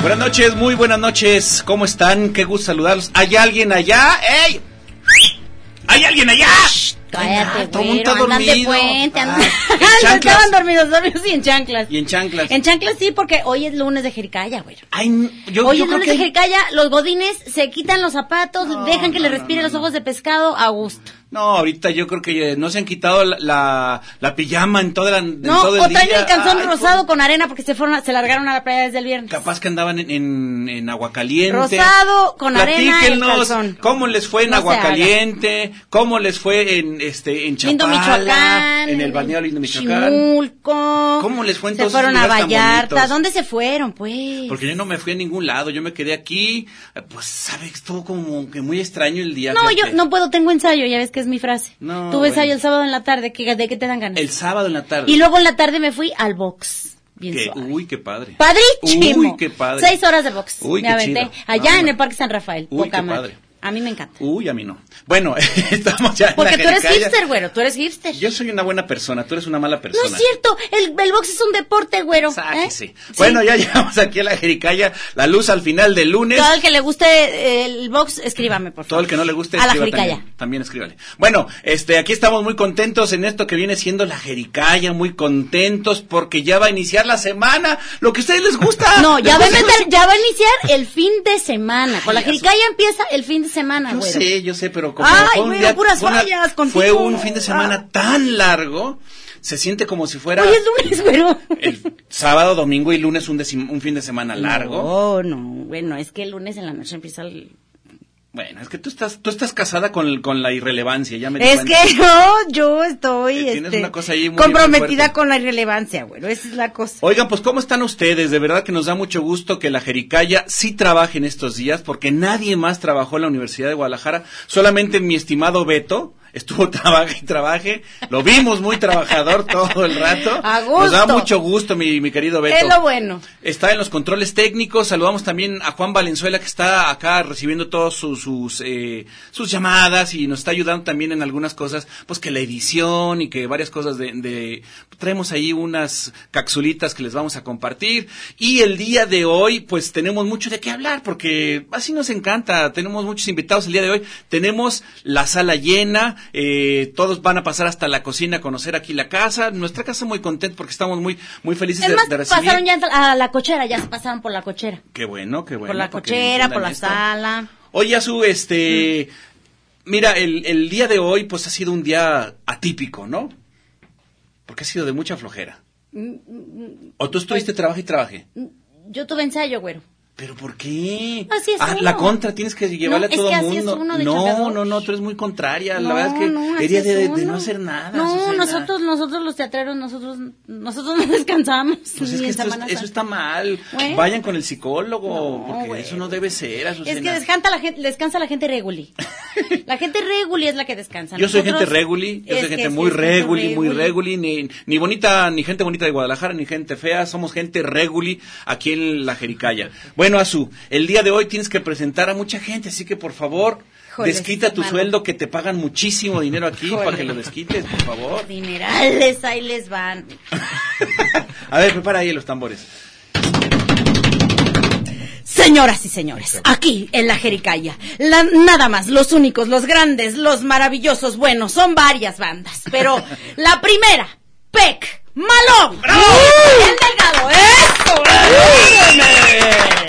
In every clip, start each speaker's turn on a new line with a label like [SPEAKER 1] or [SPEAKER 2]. [SPEAKER 1] Buenas noches, muy buenas noches. ¿Cómo están? Qué gusto saludarlos. ¿Hay alguien allá? ¡Ey! ¿Hay alguien allá?
[SPEAKER 2] Cállate,
[SPEAKER 1] Ah, todo el
[SPEAKER 2] güey.
[SPEAKER 1] mundo está
[SPEAKER 2] Andan de
[SPEAKER 1] dormido.
[SPEAKER 2] puente.
[SPEAKER 1] Ah,
[SPEAKER 2] andan-
[SPEAKER 1] en
[SPEAKER 2] No
[SPEAKER 1] chanclas.
[SPEAKER 2] estaban dormidos, dormidos y en chanclas.
[SPEAKER 1] Y en chanclas.
[SPEAKER 2] En chanclas sí, porque hoy es lunes de jericaya, güey.
[SPEAKER 1] Ay, n- yo,
[SPEAKER 2] Hoy
[SPEAKER 1] yo
[SPEAKER 2] es
[SPEAKER 1] creo
[SPEAKER 2] lunes
[SPEAKER 1] que...
[SPEAKER 2] de jericaya, los godines se quitan los zapatos, dejan que le respire los ojos de pescado a gusto.
[SPEAKER 1] No, ahorita yo creo que eh, no se han quitado la, la, la pijama en, toda la, en
[SPEAKER 2] No,
[SPEAKER 1] todo el
[SPEAKER 2] o traen
[SPEAKER 1] día.
[SPEAKER 2] el calzón
[SPEAKER 1] Ay, pues.
[SPEAKER 2] rosado con arena porque se fueron, a- se largaron a la playa desde el viernes.
[SPEAKER 1] Capaz que andaban en, en, en Aguacaliente.
[SPEAKER 2] Rosado, con arena, el
[SPEAKER 1] Platíquenos
[SPEAKER 2] calzón.
[SPEAKER 1] cómo les fue en
[SPEAKER 2] No se
[SPEAKER 1] Aguacaliente, cómo les fue en, este, en
[SPEAKER 2] Lindo
[SPEAKER 1] Chapala,
[SPEAKER 2] Michoacán,
[SPEAKER 1] en el balneario Lindo Michoacán.
[SPEAKER 2] Chimulco.
[SPEAKER 1] ¿Cómo les fue en
[SPEAKER 2] Se
[SPEAKER 1] todos
[SPEAKER 2] fueron
[SPEAKER 1] esos
[SPEAKER 2] a
[SPEAKER 1] lugares tan
[SPEAKER 2] Vallarta.
[SPEAKER 1] bonitos?
[SPEAKER 2] ¿Dónde se fueron, pues?
[SPEAKER 1] Porque yo no me fui a ningún lado, yo me quedé aquí, eh, pues, sabes, estuvo como que muy extraño el día.
[SPEAKER 2] No, yo
[SPEAKER 1] fíjate.
[SPEAKER 2] no puedo, tengo ensayo, ya ves que es mi frase.
[SPEAKER 1] No,
[SPEAKER 2] Tuve
[SPEAKER 1] bueno.
[SPEAKER 2] ensayo el sábado en la tarde, que, ¿de qué te dan ganas?
[SPEAKER 1] El sábado en la tarde.
[SPEAKER 2] Y luego en la tarde me fui al box. Bien
[SPEAKER 1] Que-
[SPEAKER 2] suave.
[SPEAKER 1] uy, qué padre.
[SPEAKER 2] Padrísimo.
[SPEAKER 1] Uy, qué padre.
[SPEAKER 2] Seis horas de box.
[SPEAKER 1] Uy,
[SPEAKER 2] me
[SPEAKER 1] qué
[SPEAKER 2] aventé.
[SPEAKER 1] chido.
[SPEAKER 2] Allá
[SPEAKER 1] Ah,
[SPEAKER 2] en
[SPEAKER 1] no.
[SPEAKER 2] el Parque San Rafael.
[SPEAKER 1] Uy,
[SPEAKER 2] poca
[SPEAKER 1] qué
[SPEAKER 2] madre.
[SPEAKER 1] padre.
[SPEAKER 2] A mí me encanta.
[SPEAKER 1] Uy, a mí no. Bueno, estamos ya en
[SPEAKER 2] Porque
[SPEAKER 1] la
[SPEAKER 2] tú eres
[SPEAKER 1] jericaya.
[SPEAKER 2] hipster, güero. Tú eres hipster.
[SPEAKER 1] Yo soy una buena persona, tú eres una mala
[SPEAKER 2] no
[SPEAKER 1] persona.
[SPEAKER 2] es cierto. El, el box es un deporte, güero. ¿eh?
[SPEAKER 1] Sáquese. Bueno, ya llegamos aquí a la Jericaya, la luz al final del lunes.
[SPEAKER 2] Todo el que le guste el box, escríbame, por favor.
[SPEAKER 1] Todo el que no le guste,
[SPEAKER 2] A la
[SPEAKER 1] escriba
[SPEAKER 2] jericaya.
[SPEAKER 1] También, también escríbale. Bueno, este, aquí estamos muy contentos en esto que viene siendo la Jericaya, muy contentos porque ya va a iniciar la semana, lo que a ustedes les gusta.
[SPEAKER 2] No, ya va,
[SPEAKER 1] Les
[SPEAKER 2] a
[SPEAKER 1] gusta
[SPEAKER 2] empezar- ya va a iniciar el fin de semana. Con la
[SPEAKER 1] Ay, ya
[SPEAKER 2] jericaya empieza el fin de semana,
[SPEAKER 1] Yo
[SPEAKER 2] güero.
[SPEAKER 1] sé, yo sé, pero como
[SPEAKER 2] Ah, Ay,
[SPEAKER 1] fue un
[SPEAKER 2] güero,
[SPEAKER 1] día-
[SPEAKER 2] puras
[SPEAKER 1] fue una-
[SPEAKER 2] fallas contigo. Ah.
[SPEAKER 1] fue un fin de semana tan largo, se siente como si fuera
[SPEAKER 2] Hoy es lunes, güero.
[SPEAKER 1] el sábado, domingo y lunes un, decim- un fin de semana
[SPEAKER 2] No,
[SPEAKER 1] largo.
[SPEAKER 2] no, bueno, es que el lunes en la noche empieza el...
[SPEAKER 1] Bueno, es que tú estás, tú estás casada con, el- con la irrelevancia, ya me di
[SPEAKER 2] Es
[SPEAKER 1] cuenta.
[SPEAKER 2] que no, yo estoy
[SPEAKER 1] Eh, tienes
[SPEAKER 2] este,
[SPEAKER 1] una cosa ahí muy- muy
[SPEAKER 2] comprometida
[SPEAKER 1] fuerte.
[SPEAKER 2] con la irrelevancia, güero, esa es la cosa.
[SPEAKER 1] Oigan, pues ¿cómo están ustedes? De verdad que nos da mucho gusto que la Jericaya sí trabaje en estos días, porque nadie más trabajó en la Universidad de Guadalajara, solamente mi estimado Beto. Estuvo trabaje y trabaje, lo vimos muy trabajador todo el rato.
[SPEAKER 2] A
[SPEAKER 1] Nos da
[SPEAKER 2] gusto.
[SPEAKER 1] mucho gusto, mi, mi querido Beto.
[SPEAKER 2] Es lo bueno.
[SPEAKER 1] Está en los controles técnicos. Saludamos también a Juan Valenzuela que está acá recibiendo todas sus sus, eh, sus llamadas y nos está ayudando también en algunas cosas, pues que la edición y que varias cosas de, de- traemos ahí unas capsulitas que les vamos a compartir. Y el día de hoy, pues tenemos mucho de qué hablar porque así nos encanta. Tenemos muchos invitados el día de hoy. Tenemos la sala llena. eh, todos van a pasar hasta la cocina a conocer aquí la casa. Nuestra casa muy contenta porque estamos muy muy felices
[SPEAKER 2] Es
[SPEAKER 1] de,
[SPEAKER 2] más,
[SPEAKER 1] de recibir.
[SPEAKER 2] pasaron ya a la cochera, ya se pasaron por la cochera.
[SPEAKER 1] Qué bueno, qué bueno.
[SPEAKER 2] por la
[SPEAKER 1] para que
[SPEAKER 2] cochera, por la
[SPEAKER 1] entiendan esto.
[SPEAKER 2] sala.
[SPEAKER 1] Oye, Azu, este.
[SPEAKER 2] Mm.
[SPEAKER 1] Mira, el, el día de hoy, pues ha sido un día atípico, ¿no? Porque ha sido de mucha flojera.
[SPEAKER 2] Mm,
[SPEAKER 1] O tú estuviste
[SPEAKER 2] Pues
[SPEAKER 1] trabajo y trabaje.
[SPEAKER 2] Yo tuve ensayo, güero.
[SPEAKER 1] ¿Pero por qué?
[SPEAKER 2] Así es
[SPEAKER 1] Ah,
[SPEAKER 2] uno.
[SPEAKER 1] La contra tienes que llevarle
[SPEAKER 2] No,
[SPEAKER 1] a
[SPEAKER 2] es
[SPEAKER 1] todo
[SPEAKER 2] que
[SPEAKER 1] el
[SPEAKER 2] así
[SPEAKER 1] mundo.
[SPEAKER 2] es uno de
[SPEAKER 1] no,
[SPEAKER 2] chambeador.
[SPEAKER 1] no, no, tú eres muy contraria. La
[SPEAKER 2] No,
[SPEAKER 1] verdad es que
[SPEAKER 2] no, así
[SPEAKER 1] deberías de, de
[SPEAKER 2] es uno.
[SPEAKER 1] no hacer nada.
[SPEAKER 2] No,
[SPEAKER 1] Susana.
[SPEAKER 2] nosotros, nosotros los teatreros, nosotros, nosotros no descansamos.
[SPEAKER 1] Pues es
[SPEAKER 2] ni
[SPEAKER 1] que
[SPEAKER 2] en
[SPEAKER 1] esto es-
[SPEAKER 2] Semana
[SPEAKER 1] eso
[SPEAKER 2] Santa.
[SPEAKER 1] está mal.
[SPEAKER 2] Bueno.
[SPEAKER 1] Vayan con el psicólogo,
[SPEAKER 2] ¿Eh? No,
[SPEAKER 1] porque
[SPEAKER 2] güey.
[SPEAKER 1] eso no debe ser,
[SPEAKER 2] Es que
[SPEAKER 1] Azucena.
[SPEAKER 2] descansa la gente, descansa la gente reguli. La gente reguli es la que descansa.
[SPEAKER 1] Yo soy gente
[SPEAKER 2] Nosotros-
[SPEAKER 1] reguli, yo
[SPEAKER 2] es
[SPEAKER 1] soy
[SPEAKER 2] que
[SPEAKER 1] gente
[SPEAKER 2] sí,
[SPEAKER 1] muy
[SPEAKER 2] es gente
[SPEAKER 1] reguli, muy reguli, ni, ni bonita, ni gente bonita de Guadalajara, ni gente fea, somos gente reguli aquí en la Jericaya. Bueno, Azu, el día de hoy tienes que presentar a mucha gente, así que por favor,
[SPEAKER 2] Híjole,
[SPEAKER 1] desquita tu
[SPEAKER 2] mano.
[SPEAKER 1] sueldo que te pagan muchísimo dinero aquí
[SPEAKER 2] Híjole.
[SPEAKER 1] para que lo desquites, por favor.
[SPEAKER 2] Dinerales, ahí les van.
[SPEAKER 1] a ver, prepara ahí los tambores.
[SPEAKER 2] Señoras y señores, aquí en la Jericaya, la- nada más, los únicos, los grandes, los maravillosos, buenos, son varias bandas, pero la primera, Peck Malón, bien delgado, eso,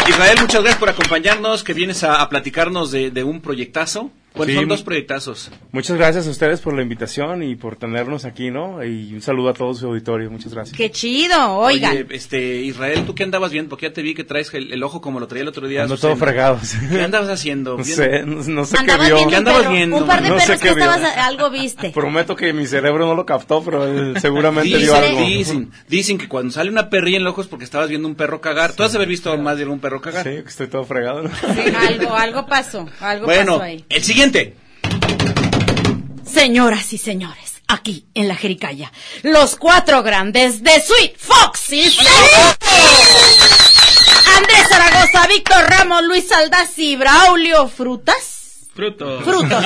[SPEAKER 1] Israel, muchas gracias por acompañarnos, que vienes a, a platicarnos de, de un proyectazo. ¿Cuáles
[SPEAKER 3] Sí,
[SPEAKER 1] son
[SPEAKER 3] mu-
[SPEAKER 1] dos proyectazos?
[SPEAKER 3] Muchas gracias a ustedes por la invitación y por tenernos aquí, ¿no? Y un saludo a todo su auditorio, muchas gracias.
[SPEAKER 2] qué chido, oigan.
[SPEAKER 1] Oye, este, Israel, ¿tú qué andabas viendo? Porque ya te vi que traes el, el ojo como lo traía el otro día.
[SPEAKER 3] Ando
[SPEAKER 1] Azucena.
[SPEAKER 3] todo fregado. sí.
[SPEAKER 1] ¿Qué andabas haciendo?
[SPEAKER 3] No
[SPEAKER 1] Bien.
[SPEAKER 3] sé, no, no sé qué
[SPEAKER 2] Andabas
[SPEAKER 3] vio.
[SPEAKER 2] viendo,
[SPEAKER 1] ¿Qué
[SPEAKER 2] un
[SPEAKER 1] andabas
[SPEAKER 2] perro,
[SPEAKER 1] viendo,
[SPEAKER 2] un par de
[SPEAKER 3] mano? No sé
[SPEAKER 2] perros que
[SPEAKER 3] qué vio.
[SPEAKER 2] estabas, algo viste.
[SPEAKER 3] Prometo que mi cerebro no lo captó, pero él seguramente
[SPEAKER 1] Dicen,
[SPEAKER 3] vio algo.
[SPEAKER 1] dicen, dicen que cuando sale una perrilla en los ojos porque estabas viendo un perro cagar. Tú has de haber visto más de un perro cagar.
[SPEAKER 3] Sí, que estoy todo fregado. ¿no?
[SPEAKER 2] Sí, algo, algo pasó, algo
[SPEAKER 1] Bueno,
[SPEAKER 2] pasó ahí.
[SPEAKER 1] el siguiente.
[SPEAKER 2] Señoras y señores, aquí en la Jericaya, los cuatro grandes de Sweet Foxy. Andrés Zaragoza, Víctor Ramos, Luis Aldaz y Braulio Frutas.
[SPEAKER 4] Frutos.
[SPEAKER 2] Frutos.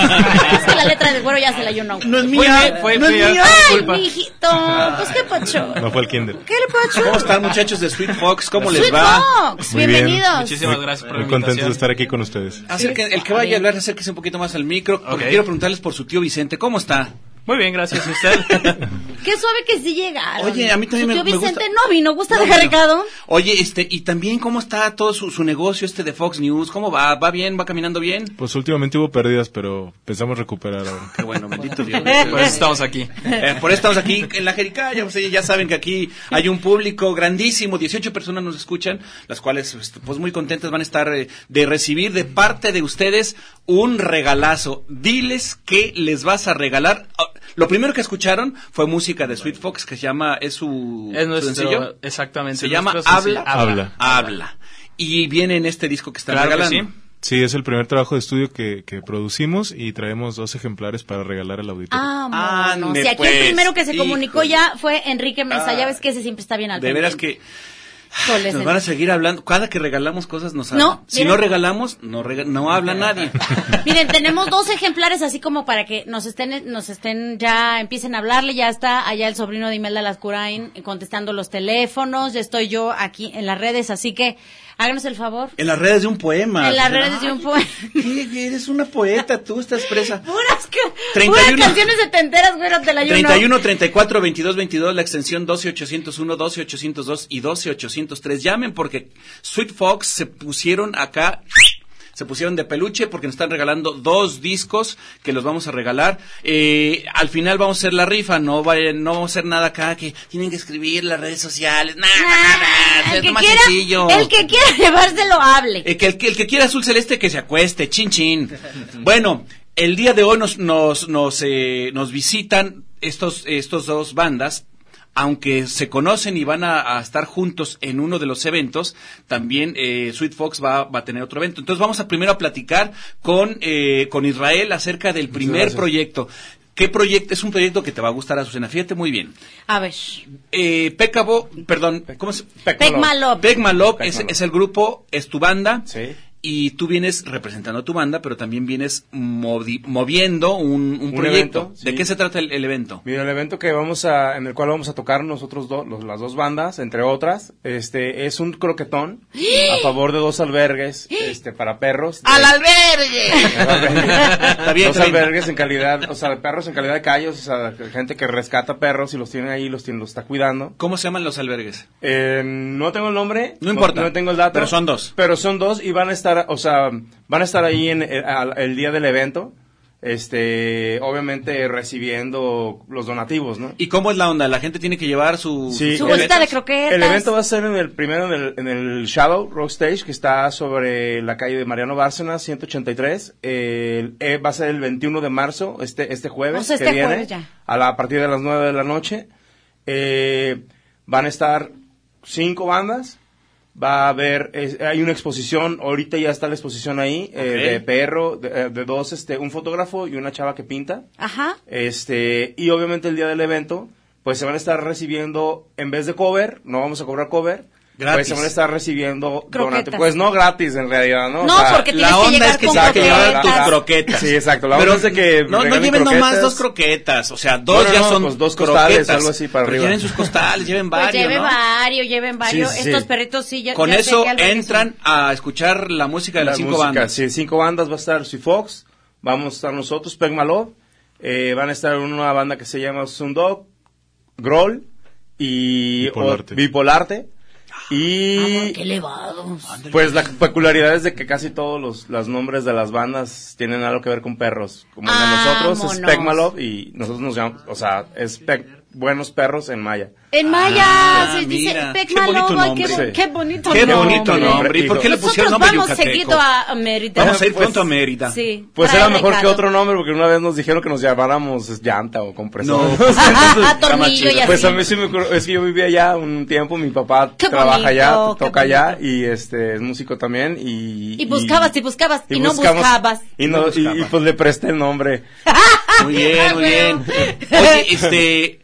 [SPEAKER 2] es que la letra del güero ya se la yo no.
[SPEAKER 1] No es
[SPEAKER 4] Fue,
[SPEAKER 1] mía.
[SPEAKER 4] fue,
[SPEAKER 1] no es
[SPEAKER 4] fue-
[SPEAKER 1] mía.
[SPEAKER 2] Ay,
[SPEAKER 4] Disculpa.
[SPEAKER 2] mijito, pues qué pacho.
[SPEAKER 5] No fue el Kindle.
[SPEAKER 2] ¿Qué le pacho?
[SPEAKER 1] ¿Cómo están muchachos de Sweet Fox? ¿Cómo les
[SPEAKER 2] Sweet
[SPEAKER 1] va?
[SPEAKER 2] Fox,
[SPEAKER 5] Muy bien.
[SPEAKER 2] bienvenidos.
[SPEAKER 4] Muchísimas gracias por la
[SPEAKER 5] Muy contentos de
[SPEAKER 4] invitación.
[SPEAKER 5] estar aquí con ustedes.
[SPEAKER 1] Acerque- el que vaya a hablar, acérquese un poquito más al micro, porque
[SPEAKER 4] Ok.
[SPEAKER 1] quiero preguntarles por su tío Vicente, ¿cómo está?
[SPEAKER 4] Muy bien, gracias a usted.
[SPEAKER 2] Qué suave que sí llegaron.
[SPEAKER 1] Oye, a mí también
[SPEAKER 2] Su
[SPEAKER 1] me-
[SPEAKER 2] tío
[SPEAKER 1] me gusta-
[SPEAKER 2] Vicente no vino, ¿gusta
[SPEAKER 1] No,
[SPEAKER 2] dejar
[SPEAKER 1] bueno.
[SPEAKER 2] recado?
[SPEAKER 1] Oye, este, y también, ¿cómo está todo su, su negocio este de Fox News? ¿Cómo va? ¿Va bien? ¿Va caminando bien?
[SPEAKER 5] Pues últimamente hubo pérdidas, pero pensamos recuperar ahora.
[SPEAKER 1] Qué bueno, bendito Dios. Pues
[SPEAKER 4] Por eso pues, estamos aquí.
[SPEAKER 1] Eh, por eso estamos aquí en la Jericaya. Pues, ya saben que aquí hay un público grandísimo. 18 personas nos escuchan, las cuales, pues, pues, muy contentas van a estar eh, de recibir de parte de ustedes un regalazo. Diles que les vas a regalar. Ah, Lo primero que escucharon fue música de Sweet Fox que se llama, es su,
[SPEAKER 4] Es
[SPEAKER 1] su
[SPEAKER 4] nuestro,
[SPEAKER 1] sencillo.
[SPEAKER 4] exactamente.
[SPEAKER 1] Se
[SPEAKER 4] es Ah,
[SPEAKER 1] llama
[SPEAKER 4] nuestro sencillo.
[SPEAKER 1] Habla.
[SPEAKER 5] Habla.
[SPEAKER 1] Habla. Y viene en este disco que están
[SPEAKER 4] Claro que
[SPEAKER 1] regalando.
[SPEAKER 4] sí.
[SPEAKER 5] Sí, es el primer trabajo de estudio que, que producimos y traemos dos ejemplares para regalar al auditorio.
[SPEAKER 2] Ah, no.
[SPEAKER 1] Ande,
[SPEAKER 2] Si aquí el
[SPEAKER 1] pues,
[SPEAKER 2] primero que se
[SPEAKER 1] hijo.
[SPEAKER 2] comunicó ya fue Enrique Mesa, ya
[SPEAKER 1] Ah.
[SPEAKER 2] ves que ese siempre está bien al
[SPEAKER 1] De veras
[SPEAKER 2] pendiente.
[SPEAKER 1] que
[SPEAKER 2] Híjoles,
[SPEAKER 1] nos
[SPEAKER 2] en-
[SPEAKER 1] van a seguir hablando. Cada que regalamos cosas nos hablan.
[SPEAKER 2] No,
[SPEAKER 1] si
[SPEAKER 2] miren.
[SPEAKER 1] no regalamos, no, rega- no habla nadie.
[SPEAKER 2] Miren, tenemos dos ejemplares así como para que nos estén, nos estén, ya empiecen a hablarle, ya está allá el sobrino de Imelda Lascurain contestando los teléfonos, ya estoy yo aquí en las redes, así que háganos el favor.
[SPEAKER 1] En las redes de un poema.
[SPEAKER 2] En las
[SPEAKER 1] Ay,
[SPEAKER 2] redes de un poema.
[SPEAKER 1] ¿qué? Eres una poeta, tú estás presa.
[SPEAKER 2] Puras, que,
[SPEAKER 1] 31.
[SPEAKER 2] puras canciones setenteras, güero, te la
[SPEAKER 1] 31, 34, 22, 22, la extensión 12801, 12802 y 12803. Llamen porque Sweet Fox se pusieron acá, se pusieron de peluche porque nos están regalando dos discos que los vamos a regalar. Eh, al final vamos a hacer la rifa, no vayan, no vamos a hacer nada acá que tienen que escribir las redes sociales. Nada, nada,
[SPEAKER 2] Ah, el
[SPEAKER 1] es
[SPEAKER 2] que,
[SPEAKER 1] lo más sencillo.
[SPEAKER 2] quiera, el que quiera llevárselo, hable.
[SPEAKER 1] Eh, que el, que el que quiera azul celeste que se acueste, chin chin. Bueno, el día de hoy nos nos nos, eh, nos visitan estos estos dos bandas. Aunque se conocen y van a, a estar juntos en uno de los eventos, también eh, Sweet Fox va, va a tener otro evento. Entonces vamos a primero a platicar con, eh, con Israel acerca del primer
[SPEAKER 3] gracias.
[SPEAKER 1] proyecto. ¿Qué proyecto? Es un proyecto que te va a gustar, Azucena. Fíjate muy bien.
[SPEAKER 2] A ver.
[SPEAKER 1] Eh, Pecabo, perdón, ¿cómo se...?
[SPEAKER 2] Pecmalop.
[SPEAKER 1] Big Malop
[SPEAKER 3] Big
[SPEAKER 1] es,
[SPEAKER 3] Malop.
[SPEAKER 1] es el grupo, es tu banda.
[SPEAKER 3] Sí.
[SPEAKER 1] Y tú vienes representando tu banda, pero también vienes movi- moviendo un, un
[SPEAKER 3] Un
[SPEAKER 1] proyecto.
[SPEAKER 3] evento, sí.
[SPEAKER 1] ¿De qué se trata el, el evento?
[SPEAKER 3] Mira, el evento que vamos a, en el cual vamos a tocar nosotros dos, los- las dos bandas, entre otras, este, es un croquetón a favor de dos albergues, este, para perros.
[SPEAKER 1] ¡Al albergue! Está bien,
[SPEAKER 3] Dos
[SPEAKER 1] está bien.
[SPEAKER 3] albergues en calidad, o sea, perros en calidad de callos, o sea, gente que rescata perros y los tiene ahí, los tiene, los está cuidando.
[SPEAKER 1] ¿Cómo se llaman los albergues?
[SPEAKER 3] Eh, no tengo el nombre.
[SPEAKER 1] No importa,
[SPEAKER 3] No, tengo el dato.
[SPEAKER 1] pero son dos.
[SPEAKER 3] Pero son dos y van a estar, o sea, van a estar ahí en el, al- el día del evento. Este, obviamente recibiendo los donativos, ¿no?
[SPEAKER 1] ¿Y cómo es la onda? ¿La gente tiene que llevar su...
[SPEAKER 3] Sí,
[SPEAKER 2] Su
[SPEAKER 3] el-
[SPEAKER 2] bolsita de croquetas.
[SPEAKER 3] El evento va a ser en el primero en el, en el Shadow Rock Stage que está sobre la calle de Mariano Bárcenas 183. El- eh, va a ser el 21 de marzo, este este jueves
[SPEAKER 2] O sea,
[SPEAKER 3] que
[SPEAKER 2] este
[SPEAKER 3] viene
[SPEAKER 2] jueves ya.
[SPEAKER 3] a la a partir de las 9 de la noche. Eh, van a estar cinco bandas. Va a haber, es- hay una exposición, ahorita ya está la exposición ahí, eh,
[SPEAKER 1] Ok.
[SPEAKER 3] de perro, de, eh, de dos, este, un fotógrafo y una chava que pinta.
[SPEAKER 2] Ajá.
[SPEAKER 3] Este, y obviamente el día del evento, pues se van a estar recibiendo, en vez de cover, no vamos a cobrar cover,
[SPEAKER 1] Gratis.
[SPEAKER 3] pues se van a estar recibiendo
[SPEAKER 2] Croquetas.
[SPEAKER 3] donati- Pues no gratis en realidad, ¿no? O
[SPEAKER 2] No,
[SPEAKER 3] sea,
[SPEAKER 2] porque tienes
[SPEAKER 1] La
[SPEAKER 2] que
[SPEAKER 1] onda
[SPEAKER 2] llegar
[SPEAKER 1] es que
[SPEAKER 2] con
[SPEAKER 1] tienes que
[SPEAKER 2] croquetas.
[SPEAKER 1] llevar tus croquetas.
[SPEAKER 3] Sí, exacto, la onda es de que
[SPEAKER 1] No, no
[SPEAKER 3] regalen
[SPEAKER 1] lleven nomás
[SPEAKER 3] croquetas.
[SPEAKER 1] dos croquetas. O sea, dos
[SPEAKER 3] Bueno,
[SPEAKER 1] ya
[SPEAKER 3] no,
[SPEAKER 1] son
[SPEAKER 3] pues dos costales,
[SPEAKER 1] croquetas,
[SPEAKER 3] algo así para
[SPEAKER 1] pero
[SPEAKER 3] arriba.
[SPEAKER 1] Lleven sus costales, lleven
[SPEAKER 2] Pues
[SPEAKER 1] varios,
[SPEAKER 2] lleven
[SPEAKER 1] ¿no?
[SPEAKER 2] varios, lleven varios.
[SPEAKER 3] Sí, sí,
[SPEAKER 2] Estos
[SPEAKER 3] sí.
[SPEAKER 2] perritos sí. ya-
[SPEAKER 1] Con
[SPEAKER 2] ya sé
[SPEAKER 1] eso
[SPEAKER 2] que albergues
[SPEAKER 1] entran
[SPEAKER 2] son.
[SPEAKER 1] a escuchar la música de las,
[SPEAKER 3] la
[SPEAKER 1] cinco
[SPEAKER 3] música,
[SPEAKER 1] bandas.
[SPEAKER 3] Sí, cinco bandas va a estar Sweet Fox, vamos a estar nosotros, Pegmalov, eh, van a estar una banda que se llama Sundog, Groll y o-
[SPEAKER 5] Bipolarte.
[SPEAKER 3] Bipolarte.
[SPEAKER 1] Ah,
[SPEAKER 2] Amor,
[SPEAKER 3] Y
[SPEAKER 2] qué elevados.
[SPEAKER 3] Pues la peculiaridad es de que casi todos los, los nombres de las bandas tienen algo que ver con perros. Como el de
[SPEAKER 1] Ah,
[SPEAKER 3] nosotros, es
[SPEAKER 2] Vámonos.
[SPEAKER 3] Pegmalov y nosotros nos llamamos, o sea, es Pec- buenos perros en maya.
[SPEAKER 2] En maya
[SPEAKER 1] Ah,
[SPEAKER 2] se dice
[SPEAKER 1] mira.
[SPEAKER 2] Pec
[SPEAKER 1] Qué bonito
[SPEAKER 2] Maloba, qué,
[SPEAKER 1] nombre.
[SPEAKER 2] bo-
[SPEAKER 3] Sí.
[SPEAKER 2] qué bonito
[SPEAKER 1] Qué
[SPEAKER 2] nombre.
[SPEAKER 1] bonito
[SPEAKER 3] nombre.
[SPEAKER 1] nombre. ¿Y por qué le
[SPEAKER 2] Nosotros
[SPEAKER 1] pusieron nombre
[SPEAKER 2] vamos
[SPEAKER 1] yucateco?
[SPEAKER 2] seguido a Mérida.
[SPEAKER 1] Vamos a ir
[SPEAKER 3] Pues-
[SPEAKER 1] pronto a Mérida.
[SPEAKER 2] Sí.
[SPEAKER 3] Pues
[SPEAKER 2] trae
[SPEAKER 3] era mejor que
[SPEAKER 2] recado.
[SPEAKER 3] otro nombre porque una vez nos dijeron que nos llamáramos llanta o compresor.
[SPEAKER 1] No.
[SPEAKER 3] Pues,
[SPEAKER 2] A
[SPEAKER 1] Está más
[SPEAKER 2] tornillo y
[SPEAKER 1] chido.
[SPEAKER 2] así.
[SPEAKER 3] Pues a mí sí me ocurrió, es que yo vivía allá un tiempo, mi papá
[SPEAKER 2] Qué
[SPEAKER 3] trabaja
[SPEAKER 2] bonito,
[SPEAKER 3] allá,
[SPEAKER 2] qué
[SPEAKER 3] toca allá
[SPEAKER 2] bonito.
[SPEAKER 3] y este es músico también y
[SPEAKER 2] Y buscabas, y buscabas, y, no
[SPEAKER 3] buscamos-
[SPEAKER 2] buscabas.
[SPEAKER 3] Y, no, y- y pues le presté el nombre.
[SPEAKER 1] Muy
[SPEAKER 3] Ah,
[SPEAKER 1] bien, muy
[SPEAKER 2] Ah,
[SPEAKER 1] bien. Oye, este,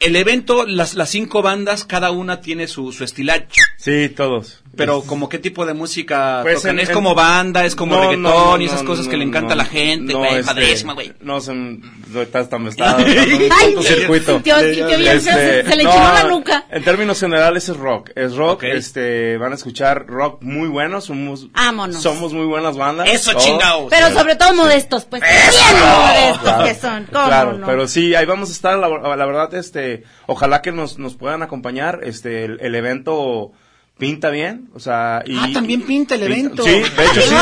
[SPEAKER 1] el evento, las, las cinco bandas, cada una tiene su, su estilacho.
[SPEAKER 3] Sí, todos.
[SPEAKER 1] Pero como qué tipo de música
[SPEAKER 3] Pues,
[SPEAKER 1] tocan?
[SPEAKER 3] en-
[SPEAKER 1] es
[SPEAKER 3] en-
[SPEAKER 1] como banda, es como
[SPEAKER 3] No,
[SPEAKER 1] reggaetón
[SPEAKER 3] no, no,
[SPEAKER 1] y esas
[SPEAKER 3] no,
[SPEAKER 1] cosas que
[SPEAKER 3] no,
[SPEAKER 1] le encanta a
[SPEAKER 3] no.
[SPEAKER 1] la gente,
[SPEAKER 3] No,
[SPEAKER 1] güey,
[SPEAKER 3] este,
[SPEAKER 1] padrísima, güey.
[SPEAKER 3] No, son, no estás tan estás en
[SPEAKER 2] Ay,
[SPEAKER 3] tu circuito. Este,
[SPEAKER 2] sintió- sintió bien, se- se le enchinó la nuca.
[SPEAKER 3] En términos generales es rock, es rock,
[SPEAKER 1] Ok.
[SPEAKER 3] este, van a escuchar rock muy bueno, somos,
[SPEAKER 2] Vámonos.
[SPEAKER 3] somos muy buenas bandas.
[SPEAKER 1] Eso,
[SPEAKER 3] todos.
[SPEAKER 1] chingados.
[SPEAKER 2] Pero sobre todo modestos, pues. Bien modestos que son. ¿Cómo
[SPEAKER 3] claro,
[SPEAKER 2] no?
[SPEAKER 3] pero sí, ahí vamos a estar, la, la verdad, este, ojalá que nos, nos puedan acompañar, este, el, el evento pinta bien, o sea, y...
[SPEAKER 1] Ah, también pinta el evento.
[SPEAKER 3] Sí, de hecho sí,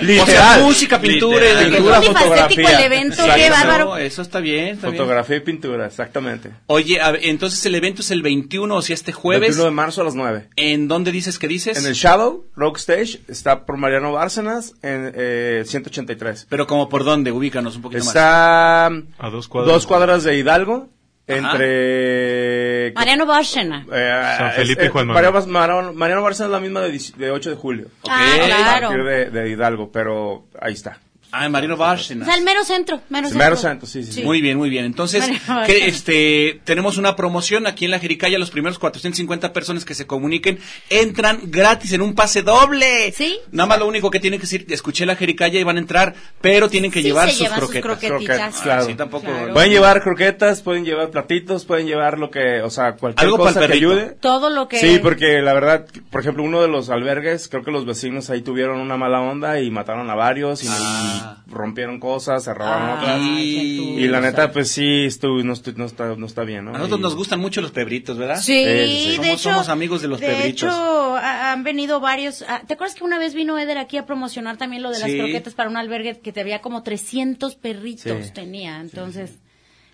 [SPEAKER 3] literal.
[SPEAKER 1] O sea, música, pintura,
[SPEAKER 3] Literal.
[SPEAKER 1] y-
[SPEAKER 3] Pintura,
[SPEAKER 2] Es polifacético
[SPEAKER 3] fotografía.
[SPEAKER 2] el evento,
[SPEAKER 3] Exacto.
[SPEAKER 2] qué bárbaro.
[SPEAKER 1] Eso está bien, está bien.
[SPEAKER 3] Fotografía y pintura, exactamente.
[SPEAKER 1] Oye, a ver, entonces el evento es el 21, o sea, este jueves.
[SPEAKER 3] 21 de marzo a las 9.
[SPEAKER 1] ¿En dónde dices que dices?
[SPEAKER 3] En el Shadow Rock Stage está por Mariano Bárcenas en eh, 183.
[SPEAKER 1] Pero como por dónde, ubícanos un poquito más.
[SPEAKER 3] Está a
[SPEAKER 5] A dos cuadras.
[SPEAKER 3] dos cuadras de Hidalgo,
[SPEAKER 1] Ajá.
[SPEAKER 3] entre...
[SPEAKER 2] Mariano Bárcena.
[SPEAKER 3] eh,
[SPEAKER 5] San Felipe y Juan
[SPEAKER 3] Mariano,
[SPEAKER 5] Manuel.
[SPEAKER 3] Bas- Mariano, Mariano Bárcenas es la misma de, dieci- de 8 de julio.
[SPEAKER 2] Ah,
[SPEAKER 1] Ok.
[SPEAKER 3] A partir
[SPEAKER 2] claro.
[SPEAKER 3] de, de Hidalgo, pero ahí está.
[SPEAKER 1] Ah, en Marino
[SPEAKER 2] O
[SPEAKER 1] Bárcenas.
[SPEAKER 2] sea, el mero centro. Mero
[SPEAKER 3] El
[SPEAKER 2] centro.
[SPEAKER 3] mero centro, sí, sí, sí.
[SPEAKER 1] Muy bien, muy bien. Entonces,
[SPEAKER 2] Bueno,
[SPEAKER 1] que,
[SPEAKER 2] bueno.
[SPEAKER 1] este, tenemos una promoción aquí en la Jericaya. Los primeros 450 personas que se comuniquen entran gratis en un pase doble.
[SPEAKER 2] Sí.
[SPEAKER 1] Nada más lo único que tienen que decir, escuché la Jericaya y van a entrar, pero tienen que
[SPEAKER 2] Sí,
[SPEAKER 1] llevar
[SPEAKER 2] se
[SPEAKER 1] sus
[SPEAKER 2] llevan sus
[SPEAKER 1] croquetas.
[SPEAKER 2] croquetas. Croquetitas.
[SPEAKER 3] Croquetas, claro.
[SPEAKER 1] Ah, Sí, tampoco.
[SPEAKER 2] Claro.
[SPEAKER 3] Pueden llevar croquetas, pueden llevar platitos, pueden llevar lo que, o sea, cualquier
[SPEAKER 1] Algo
[SPEAKER 3] cosa
[SPEAKER 1] pa'l
[SPEAKER 3] que
[SPEAKER 1] perrito.
[SPEAKER 3] ayude.
[SPEAKER 2] Todo lo que.
[SPEAKER 3] Sí, porque la verdad, por ejemplo, uno de los albergues, creo que los vecinos ahí tuvieron una mala onda y mataron a varios y,
[SPEAKER 1] Ah.
[SPEAKER 3] y rompieron cosas, se robaron
[SPEAKER 2] Ah, Ay,
[SPEAKER 3] otras.
[SPEAKER 1] Y-
[SPEAKER 2] qué
[SPEAKER 3] Y la
[SPEAKER 2] tusa.
[SPEAKER 3] neta, pues sí, estu- no, estu- no está, no está bien, ¿no?
[SPEAKER 1] A nosotros
[SPEAKER 3] Y-
[SPEAKER 1] nos gustan mucho los pebritos, ¿verdad?
[SPEAKER 3] Sí,
[SPEAKER 2] Sí,
[SPEAKER 3] sí, sí.
[SPEAKER 2] de
[SPEAKER 1] Somos-
[SPEAKER 2] hecho.
[SPEAKER 1] somos amigos de los perritos.
[SPEAKER 2] hecho, ha- han venido varios. ah, ¿Te acuerdas que una vez vino Eder aquí a promocionar también lo de las
[SPEAKER 1] Sí.
[SPEAKER 2] croquetas para un albergue que te había como 300 perritos
[SPEAKER 3] Sí.
[SPEAKER 2] tenía? Entonces.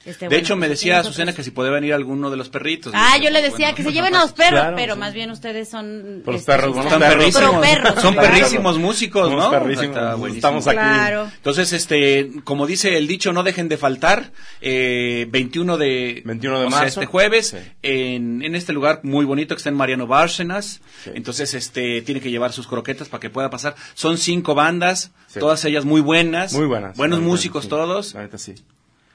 [SPEAKER 2] este,
[SPEAKER 1] De
[SPEAKER 2] bueno,
[SPEAKER 1] hecho, me
[SPEAKER 2] pues,
[SPEAKER 1] decía
[SPEAKER 2] tienes
[SPEAKER 1] Susana
[SPEAKER 2] otros.
[SPEAKER 1] que si podía venir alguno de los perritos.
[SPEAKER 2] Ah,
[SPEAKER 1] Dije,
[SPEAKER 2] yo le
[SPEAKER 1] pues,
[SPEAKER 2] decía
[SPEAKER 1] bueno.
[SPEAKER 2] que se lleven a los perros,
[SPEAKER 3] Claro,
[SPEAKER 2] pero
[SPEAKER 3] sí.
[SPEAKER 2] más bien ustedes son.
[SPEAKER 3] Por los
[SPEAKER 2] este,
[SPEAKER 3] perros,
[SPEAKER 2] sus-
[SPEAKER 3] vamos
[SPEAKER 1] Están
[SPEAKER 3] Perros.
[SPEAKER 1] perrísimos.
[SPEAKER 2] Pro perros,
[SPEAKER 1] Son
[SPEAKER 2] claro.
[SPEAKER 1] perrísimos músicos,
[SPEAKER 3] Somos
[SPEAKER 1] ¿no?
[SPEAKER 3] perrísimos,
[SPEAKER 1] Está buenísimo.
[SPEAKER 3] estamos aquí.
[SPEAKER 2] Claro.
[SPEAKER 1] Entonces, este, como dice el dicho, no dejen de faltar. eh, 21 de,
[SPEAKER 3] 21 de
[SPEAKER 1] o sea,
[SPEAKER 3] marzo.
[SPEAKER 1] este jueves,
[SPEAKER 3] Sí.
[SPEAKER 1] en, en este lugar muy bonito que está en Mariano Bárcenas.
[SPEAKER 3] Sí.
[SPEAKER 1] Entonces, este, tiene que llevar sus croquetas para que pueda pasar. Son cinco bandas,
[SPEAKER 3] Sí.
[SPEAKER 1] todas ellas muy buenas.
[SPEAKER 3] Muy buenas.
[SPEAKER 1] Buenos
[SPEAKER 3] La neta,
[SPEAKER 1] músicos
[SPEAKER 3] sí.
[SPEAKER 1] todos.
[SPEAKER 3] La neta, sí.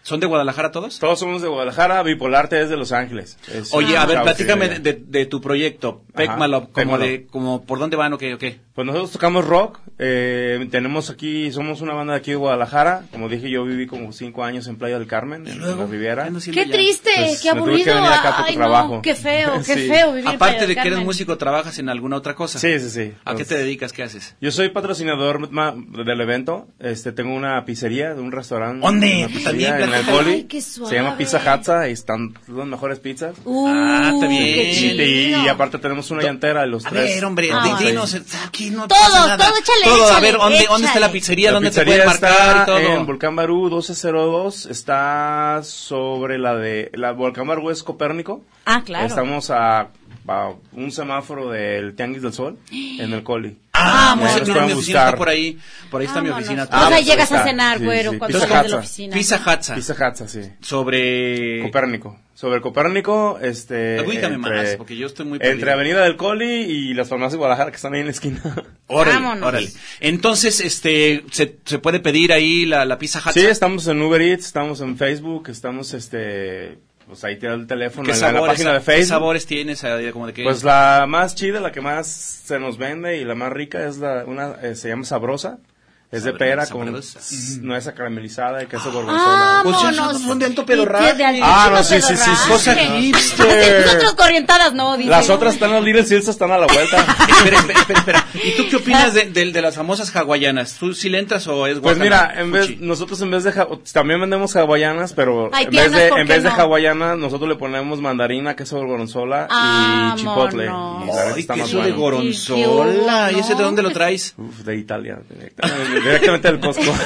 [SPEAKER 1] ¿Son de Guadalajara todos?
[SPEAKER 3] Todos somos de Guadalajara, Bipolarte es de Los Ángeles. Es-
[SPEAKER 1] Oye, a ver,
[SPEAKER 3] Chao,
[SPEAKER 1] platícame
[SPEAKER 3] sí,
[SPEAKER 1] de, de- de tu proyecto,
[SPEAKER 3] Ajá,
[SPEAKER 1] Pecmalop, como
[SPEAKER 3] Pecmalop.
[SPEAKER 1] de, como, ¿por dónde van o qué, o qué?
[SPEAKER 3] Pues nosotros tocamos rock, eh, tenemos aquí, somos una banda de aquí de Guadalajara, como dije yo viví como cinco años en Playa del Carmen, en la Riviera.
[SPEAKER 1] ¿Qué andas haciendo
[SPEAKER 2] Qué
[SPEAKER 1] allá?
[SPEAKER 2] triste,
[SPEAKER 3] Pues,
[SPEAKER 2] qué
[SPEAKER 3] me tuve que
[SPEAKER 2] aburrido.
[SPEAKER 3] venir acá por
[SPEAKER 2] Ay,
[SPEAKER 3] trabajo.
[SPEAKER 2] no, qué feo, qué
[SPEAKER 3] Sí.
[SPEAKER 2] feo vivir en Playa
[SPEAKER 1] Aparte
[SPEAKER 2] del
[SPEAKER 1] de que eres
[SPEAKER 2] Carmen.
[SPEAKER 1] músico, ¿trabajas en alguna otra cosa?
[SPEAKER 3] Sí, sí, sí.
[SPEAKER 1] ¿A qué
[SPEAKER 3] Pues,
[SPEAKER 1] te dedicas? ¿Qué haces?
[SPEAKER 3] Yo soy patrocinador ma- del evento, este, tengo una pizzería de un restaurante.
[SPEAKER 1] ¿Dónde?
[SPEAKER 3] una pizzería
[SPEAKER 1] También,
[SPEAKER 3] en el
[SPEAKER 1] platícame.
[SPEAKER 3] Poli.
[SPEAKER 2] Ay, qué
[SPEAKER 3] se llama
[SPEAKER 2] suave.
[SPEAKER 3] Pizza Hatza y están las mejores pizzas.
[SPEAKER 2] Uh,
[SPEAKER 1] Ah, está bien.
[SPEAKER 2] qué
[SPEAKER 3] Y,
[SPEAKER 2] chido.
[SPEAKER 3] y- y aparte tenemos una llantera de los
[SPEAKER 1] A
[SPEAKER 3] tres.
[SPEAKER 1] ver, hombre,
[SPEAKER 2] Ah,
[SPEAKER 1] di-
[SPEAKER 2] bueno.
[SPEAKER 1] dinos, eh, aquí no
[SPEAKER 2] Todo,
[SPEAKER 1] pasa nada.
[SPEAKER 2] todo, échale,
[SPEAKER 1] a ver,
[SPEAKER 2] échale,
[SPEAKER 1] ¿dónde, dónde está la
[SPEAKER 2] échale.
[SPEAKER 1] pizzería?
[SPEAKER 3] La
[SPEAKER 1] ¿Dónde te
[SPEAKER 3] pizzería
[SPEAKER 1] pueden marcar y
[SPEAKER 3] está
[SPEAKER 1] todo?
[SPEAKER 3] En Volcán Barú 1202 está sobre la de la Volcán Barú es Copérnico.
[SPEAKER 2] Ah, claro.
[SPEAKER 3] Estamos a, a un semáforo del Tianguis del Sol en el Coli.
[SPEAKER 1] Ah,
[SPEAKER 3] Ahí
[SPEAKER 1] muy
[SPEAKER 3] nos
[SPEAKER 1] cerca, mira, mi
[SPEAKER 3] pueden
[SPEAKER 1] oficina está
[SPEAKER 3] buscar.
[SPEAKER 1] por ahí. Por ahí está mi
[SPEAKER 2] Vámonos.
[SPEAKER 1] oficina.
[SPEAKER 2] O sea,
[SPEAKER 3] pues ahí
[SPEAKER 2] llegas a
[SPEAKER 3] está.
[SPEAKER 2] cenar,
[SPEAKER 3] Sí,
[SPEAKER 2] güero,
[SPEAKER 3] sí,
[SPEAKER 2] cuando
[SPEAKER 3] Pizza
[SPEAKER 2] sales de la
[SPEAKER 3] Hatza.
[SPEAKER 2] oficina.
[SPEAKER 1] Pizza Hatza.
[SPEAKER 3] Pizza Hatza, sí.
[SPEAKER 1] Sobre...
[SPEAKER 3] Copérnico. Sobre Copérnico, este.
[SPEAKER 1] Ubícame más, porque yo estoy muy
[SPEAKER 3] Entre
[SPEAKER 1] perdido.
[SPEAKER 3] Avenida del Coli y las farmacias de Guadalajara que están ahí en la esquina.
[SPEAKER 1] Órale,
[SPEAKER 2] Vámonos.
[SPEAKER 1] órale. Entonces, este, ¿se, se puede pedir ahí la, la pizza Hatza?
[SPEAKER 3] Sí, estamos en Uber Eats, estamos en Facebook, estamos este. Pues ahí te da el teléfono
[SPEAKER 1] ¿Qué
[SPEAKER 3] en la, en la
[SPEAKER 1] sabores,
[SPEAKER 3] página de
[SPEAKER 1] ¿Qué
[SPEAKER 3] Facebook.
[SPEAKER 1] sabores tienes? eh, Como de qué?
[SPEAKER 3] Pues la más chida, la que más se nos vende y la más rica es la una eh, se llama sabrosa, es de
[SPEAKER 1] Sabrosa,
[SPEAKER 3] pera con
[SPEAKER 1] sabrosa.
[SPEAKER 3] s- nuez caramelizada y queso gorgonzola.
[SPEAKER 2] Ah,
[SPEAKER 1] Pues ya
[SPEAKER 2] vámonos.
[SPEAKER 1] son un de alto
[SPEAKER 2] Y
[SPEAKER 1] pedorraje.
[SPEAKER 2] de altísimo
[SPEAKER 3] Ah, no, sí, sí, sí,
[SPEAKER 2] pedorraje.
[SPEAKER 3] sí,
[SPEAKER 1] Cosa
[SPEAKER 3] sí.
[SPEAKER 1] hipster.
[SPEAKER 2] Nosotros corrientadas no, dice.
[SPEAKER 3] Las otras están las Little Silsa están a la vuelta.
[SPEAKER 1] espera, espera, espera, espera. ¿Y tú qué opinas de, de- de las famosas hawaianas? ¿Tú sí le entras o es
[SPEAKER 3] Pues
[SPEAKER 1] guacamole?
[SPEAKER 3] mira, en vez,
[SPEAKER 1] Fuchi.
[SPEAKER 3] nosotros en vez de ja- también vendemos hawaianas, pero
[SPEAKER 2] Ay,
[SPEAKER 3] en vez
[SPEAKER 2] tiernas,
[SPEAKER 3] de
[SPEAKER 2] ¿por
[SPEAKER 3] en
[SPEAKER 2] qué
[SPEAKER 3] vez de
[SPEAKER 2] no?
[SPEAKER 3] hawaianas nosotros le ponemos mandarina, queso gorgonzola
[SPEAKER 2] Ah,
[SPEAKER 3] y chipotle.
[SPEAKER 2] monos.
[SPEAKER 3] Y la neta
[SPEAKER 1] Ay,
[SPEAKER 3] está más
[SPEAKER 1] queso de
[SPEAKER 3] bueno.
[SPEAKER 1] goronzola.
[SPEAKER 2] Sí,
[SPEAKER 1] ¿Y ese de
[SPEAKER 2] no.
[SPEAKER 1] dónde lo traes?
[SPEAKER 3] Uf, de Italia, directamente, directamente del Costco.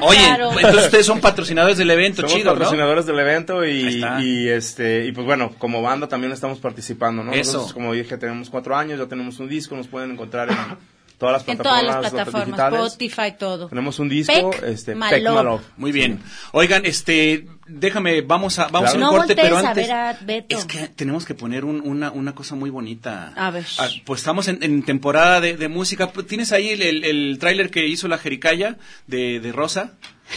[SPEAKER 2] Ah,
[SPEAKER 1] Oye,
[SPEAKER 2] claro.
[SPEAKER 1] entonces ustedes son patrocinadores del evento,
[SPEAKER 3] Somos
[SPEAKER 1] chido, ¿no?
[SPEAKER 3] patrocinadores del evento
[SPEAKER 1] Ahí
[SPEAKER 3] y,
[SPEAKER 1] está.
[SPEAKER 3] y, este y pues bueno, como banda también estamos participando, ¿no?
[SPEAKER 1] Eso.
[SPEAKER 3] Nosotros, como dije, tenemos cuatro años, ya tenemos un disco, nos pueden encontrar en todas las plataformas,
[SPEAKER 2] en todas las
[SPEAKER 3] digitales.
[SPEAKER 2] plataformas, Spotify, todo.
[SPEAKER 3] Tenemos un disco,
[SPEAKER 2] Peck
[SPEAKER 3] este,
[SPEAKER 2] Malop.
[SPEAKER 3] Peck Malop.
[SPEAKER 1] Muy bien. Oigan, este, déjame, vamos a, vamos
[SPEAKER 3] Claro.
[SPEAKER 1] a un
[SPEAKER 2] No
[SPEAKER 1] corte,
[SPEAKER 2] voltees
[SPEAKER 1] pero
[SPEAKER 2] a
[SPEAKER 1] antes.
[SPEAKER 2] ver a Beto.
[SPEAKER 1] Es que tenemos que poner un- una, una cosa muy bonita.
[SPEAKER 2] A ver.
[SPEAKER 6] Ah,
[SPEAKER 1] pues estamos en, en temporada de, de música. Pues, ¿Tienes ahí el, el, el tráiler que hizo la Jericaya de, de Rosa?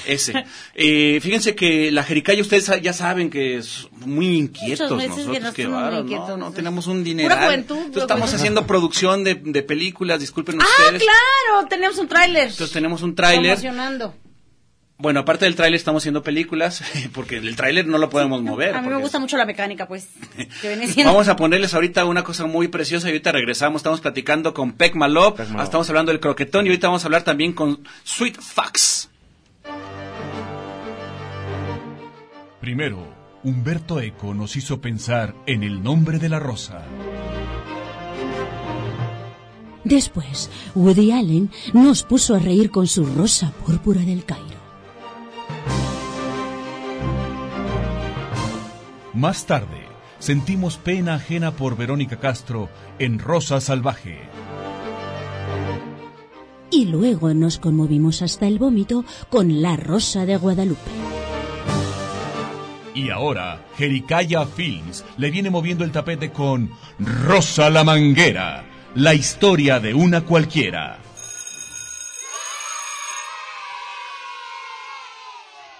[SPEAKER 1] Ese. Eh, fíjense que la Jericaya, ustedes sa- ya saben que es muy inquietos
[SPEAKER 6] veces bien,
[SPEAKER 1] nosotros.
[SPEAKER 6] nos
[SPEAKER 1] Qué
[SPEAKER 6] somos muy
[SPEAKER 1] bárbaro, no,
[SPEAKER 6] inquietos,
[SPEAKER 1] no,
[SPEAKER 6] sí.
[SPEAKER 1] tenemos un
[SPEAKER 6] Pura
[SPEAKER 1] dinero.
[SPEAKER 6] juventud, pura
[SPEAKER 1] Estamos
[SPEAKER 6] juventud.
[SPEAKER 1] haciendo producción de, de películas, disculpen
[SPEAKER 6] Ah,
[SPEAKER 1] ustedes.
[SPEAKER 6] claro, tenemos un tráiler.
[SPEAKER 1] Entonces tenemos un tráiler.
[SPEAKER 6] Promocionando.
[SPEAKER 1] Bueno, aparte del tráiler estamos haciendo películas, porque el tráiler no lo podemos mover.
[SPEAKER 6] A mí me
[SPEAKER 1] porque
[SPEAKER 6] gusta
[SPEAKER 1] es-
[SPEAKER 6] mucho la mecánica, pues. que viene siendo-
[SPEAKER 1] Vamos a ponerles ahorita una cosa muy preciosa y ahorita regresamos, estamos platicando con Peck Malop,
[SPEAKER 7] Peck Malop.
[SPEAKER 1] estamos hablando del croquetón y ahorita vamos a hablar también con Sweet Fox.
[SPEAKER 8] Primero, Humberto Eco nos hizo pensar en el nombre de la rosa.
[SPEAKER 2] Después, Woody Allen nos puso a reír con su rosa púrpura del Cairo.
[SPEAKER 8] Más tarde, sentimos pena ajena por Verónica Castro en Rosa Salvaje.
[SPEAKER 2] Y luego nos conmovimos hasta el vómito con la rosa de Guadalupe.
[SPEAKER 8] Y ahora, Jericaya Films le viene moviendo el tapete con Rosa la Manguera, la historia de una cualquiera.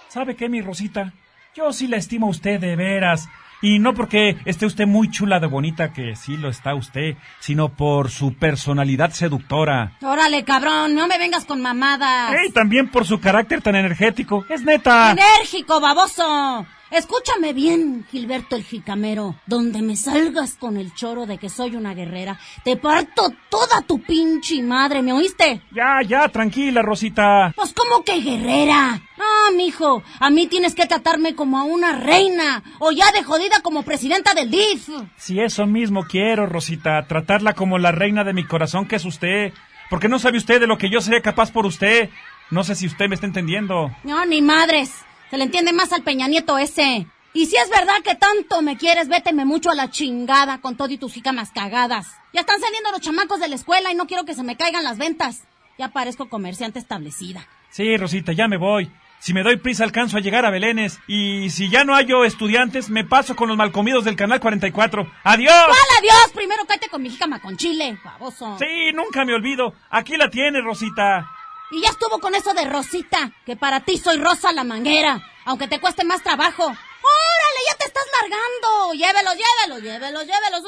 [SPEAKER 9] ¿Sabe qué, mi Rosita? Yo sí la estimo a usted de veras. Y no porque esté usted muy chula de bonita, que sí lo está usted, sino por su personalidad seductora.
[SPEAKER 6] Órale, cabrón, no me vengas con mamadas.
[SPEAKER 9] ¡Ey! También por su carácter tan energético. ¡Es neta!
[SPEAKER 2] ¡Enérgico, baboso! Escúchame bien, Gilberto el Jicamero. Donde me salgas con el choro de que soy una guerrera, te parto toda tu pinche madre, ¿me oíste?
[SPEAKER 9] Ya, ya, tranquila, Rosita.
[SPEAKER 2] Pues ¿cómo que guerrera? No, mijo, a mí tienes que tratarme como a una reina, o ya de jodida como presidenta del DIF.
[SPEAKER 9] Si eso mismo quiero, Rosita, tratarla como la reina de mi corazón que es usted. Porque no sabe usted de lo que yo seré capaz por usted. No sé si usted me está entendiendo.
[SPEAKER 2] No, ni madres, se le entiende más al Peña Nieto ese. Y si es verdad que tanto me quieres, véteme mucho a la chingada con todo y tus jicamas cagadas. Ya están saliendo los chamacos de la escuela y no quiero que se me caigan las ventas. Ya parezco comerciante establecida.
[SPEAKER 9] Sí, Rosita, ya me voy. Si me doy prisa alcanzo a llegar a Belénes. Y si ya no hallo estudiantes, me paso con los malcomidos del Canal 44. ¡Adiós!
[SPEAKER 2] ¡Hola, Dios! Primero cállate con mi jicama con chile, baboso.
[SPEAKER 9] Sí, nunca me olvido. Aquí la tiene, Rosita.
[SPEAKER 2] Y ya estuvo con eso de Rosita, que para ti soy Rosa la manguera, aunque te cueste más trabajo. ¡Órale, ya te estás largando! ¡Llévelos, llévelos, llévelos, llévelos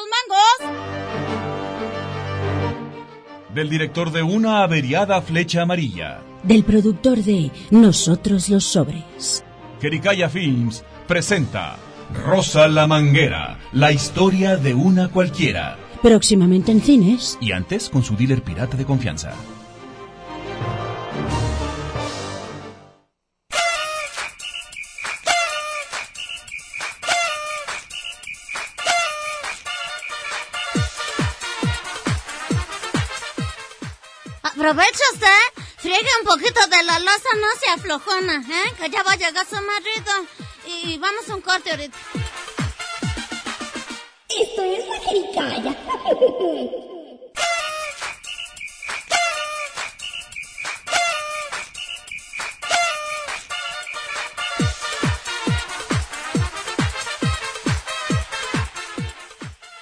[SPEAKER 2] sus mangos!
[SPEAKER 8] Del director de Una averiada flecha amarilla,
[SPEAKER 2] Del productor de Nosotros los Sobres.
[SPEAKER 8] Jericaya Films presenta Rosa la Manguera, la historia de una cualquiera.
[SPEAKER 2] Próximamente en cines.
[SPEAKER 8] Y antes con su dealer pirata de confianza.
[SPEAKER 2] Aprovecha usted, friega un poquito de la losa, no se aflojona, ¿eh? Que ya va a llegar su marido. Y vamos a un corte ahorita.
[SPEAKER 10] Esto es la jericaya.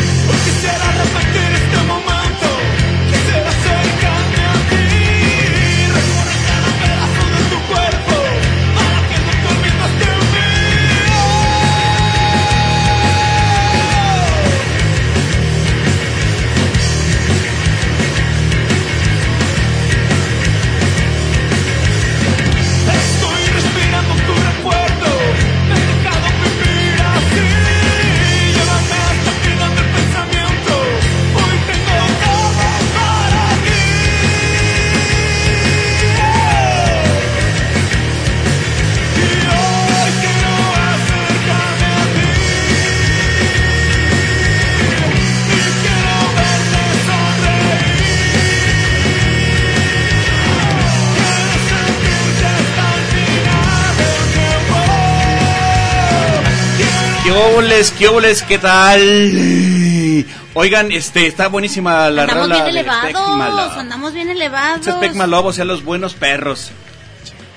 [SPEAKER 11] ¡Ay, este
[SPEAKER 1] ¿Qué óboles, qué óboles, qué tal? Oigan, este, está buenísima la
[SPEAKER 2] andamos
[SPEAKER 1] rola
[SPEAKER 2] bien
[SPEAKER 1] de Spec
[SPEAKER 2] elevados,
[SPEAKER 1] Malove.
[SPEAKER 2] andamos bien elevados.
[SPEAKER 1] Es Spec Malove, o sea, los buenos perros.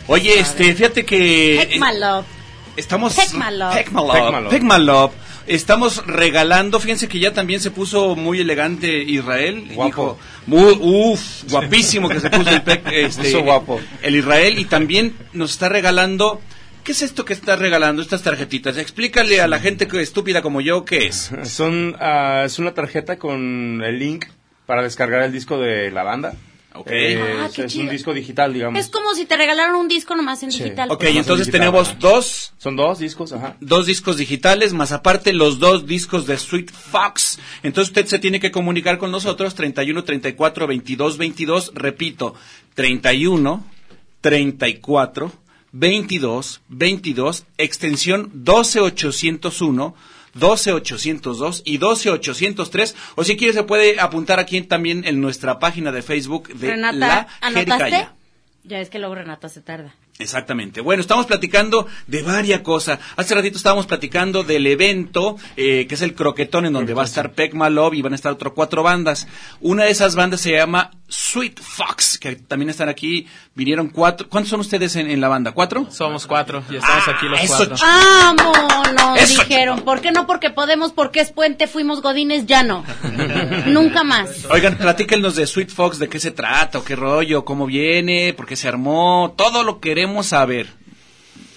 [SPEAKER 1] Oye, este, fíjate que...
[SPEAKER 2] Peck Malove.
[SPEAKER 1] eh, Estamos.
[SPEAKER 2] Peck Malove.
[SPEAKER 1] Peck Malove.
[SPEAKER 3] Peck Malove.
[SPEAKER 1] Peck Malove. Estamos regalando. Fíjense que ya también se puso muy elegante Israel. Guapo. uf, guapísimo que se puso el Peck. Este,
[SPEAKER 3] puso guapo.
[SPEAKER 1] El Israel. Y también nos está regalando. ¿Qué es esto que está regalando estas tarjetitas? Explícale a la gente que- estúpida como yo qué es.
[SPEAKER 3] Son, ah, es una tarjeta con el link para descargar el disco de la banda.
[SPEAKER 1] Ok.
[SPEAKER 2] Ah,
[SPEAKER 3] es-
[SPEAKER 2] qué
[SPEAKER 3] es
[SPEAKER 2] chido.
[SPEAKER 3] un disco digital, digamos.
[SPEAKER 2] Es como si te regalaran un disco nomás en
[SPEAKER 3] Sí.
[SPEAKER 2] digital.
[SPEAKER 1] Ok,
[SPEAKER 3] Pero no
[SPEAKER 1] entonces
[SPEAKER 3] son digital,
[SPEAKER 1] tenemos
[SPEAKER 3] ajá.
[SPEAKER 1] dos
[SPEAKER 3] Son dos discos, ajá.
[SPEAKER 1] dos discos digitales, más aparte los dos discos de Sweet Fox. Entonces usted se tiene que comunicar con nosotros, 31 34 22 22, repito, 31 34 22 22, extensión 12801. 12802 y 12803 o si quiere se puede apuntar aquí también en nuestra página de Facebook de
[SPEAKER 2] Renata,
[SPEAKER 1] La
[SPEAKER 2] ¿anotaste?
[SPEAKER 1] Jericaya.
[SPEAKER 2] Ya es que luego Renata se tarda.
[SPEAKER 1] Exactamente. Bueno, estamos platicando de varias cosas. Hace ratito estábamos platicando del evento, eh, que es el croquetón, en donde va a estar Peck Malov y van a estar otras cuatro bandas. Una de esas bandas se llama Sweet Fox, que también están aquí. Vinieron cuatro. ¿Cuántos son ustedes en, en la banda? ¿Cuatro?
[SPEAKER 4] Somos cuatro y estamos aquí los
[SPEAKER 1] Ah, eso,
[SPEAKER 4] cuatro.
[SPEAKER 1] ch-
[SPEAKER 2] ¡Vámonos!
[SPEAKER 1] Eso,
[SPEAKER 2] dijeron. ¿Por qué no? Porque podemos, porque es puente, fuimos godines, ya no. Ah, Nunca más.
[SPEAKER 1] Oigan, platíquenos de Sweet Fox, de qué se trata, o qué rollo, cómo viene, por qué se armó. Todo lo queremos saber.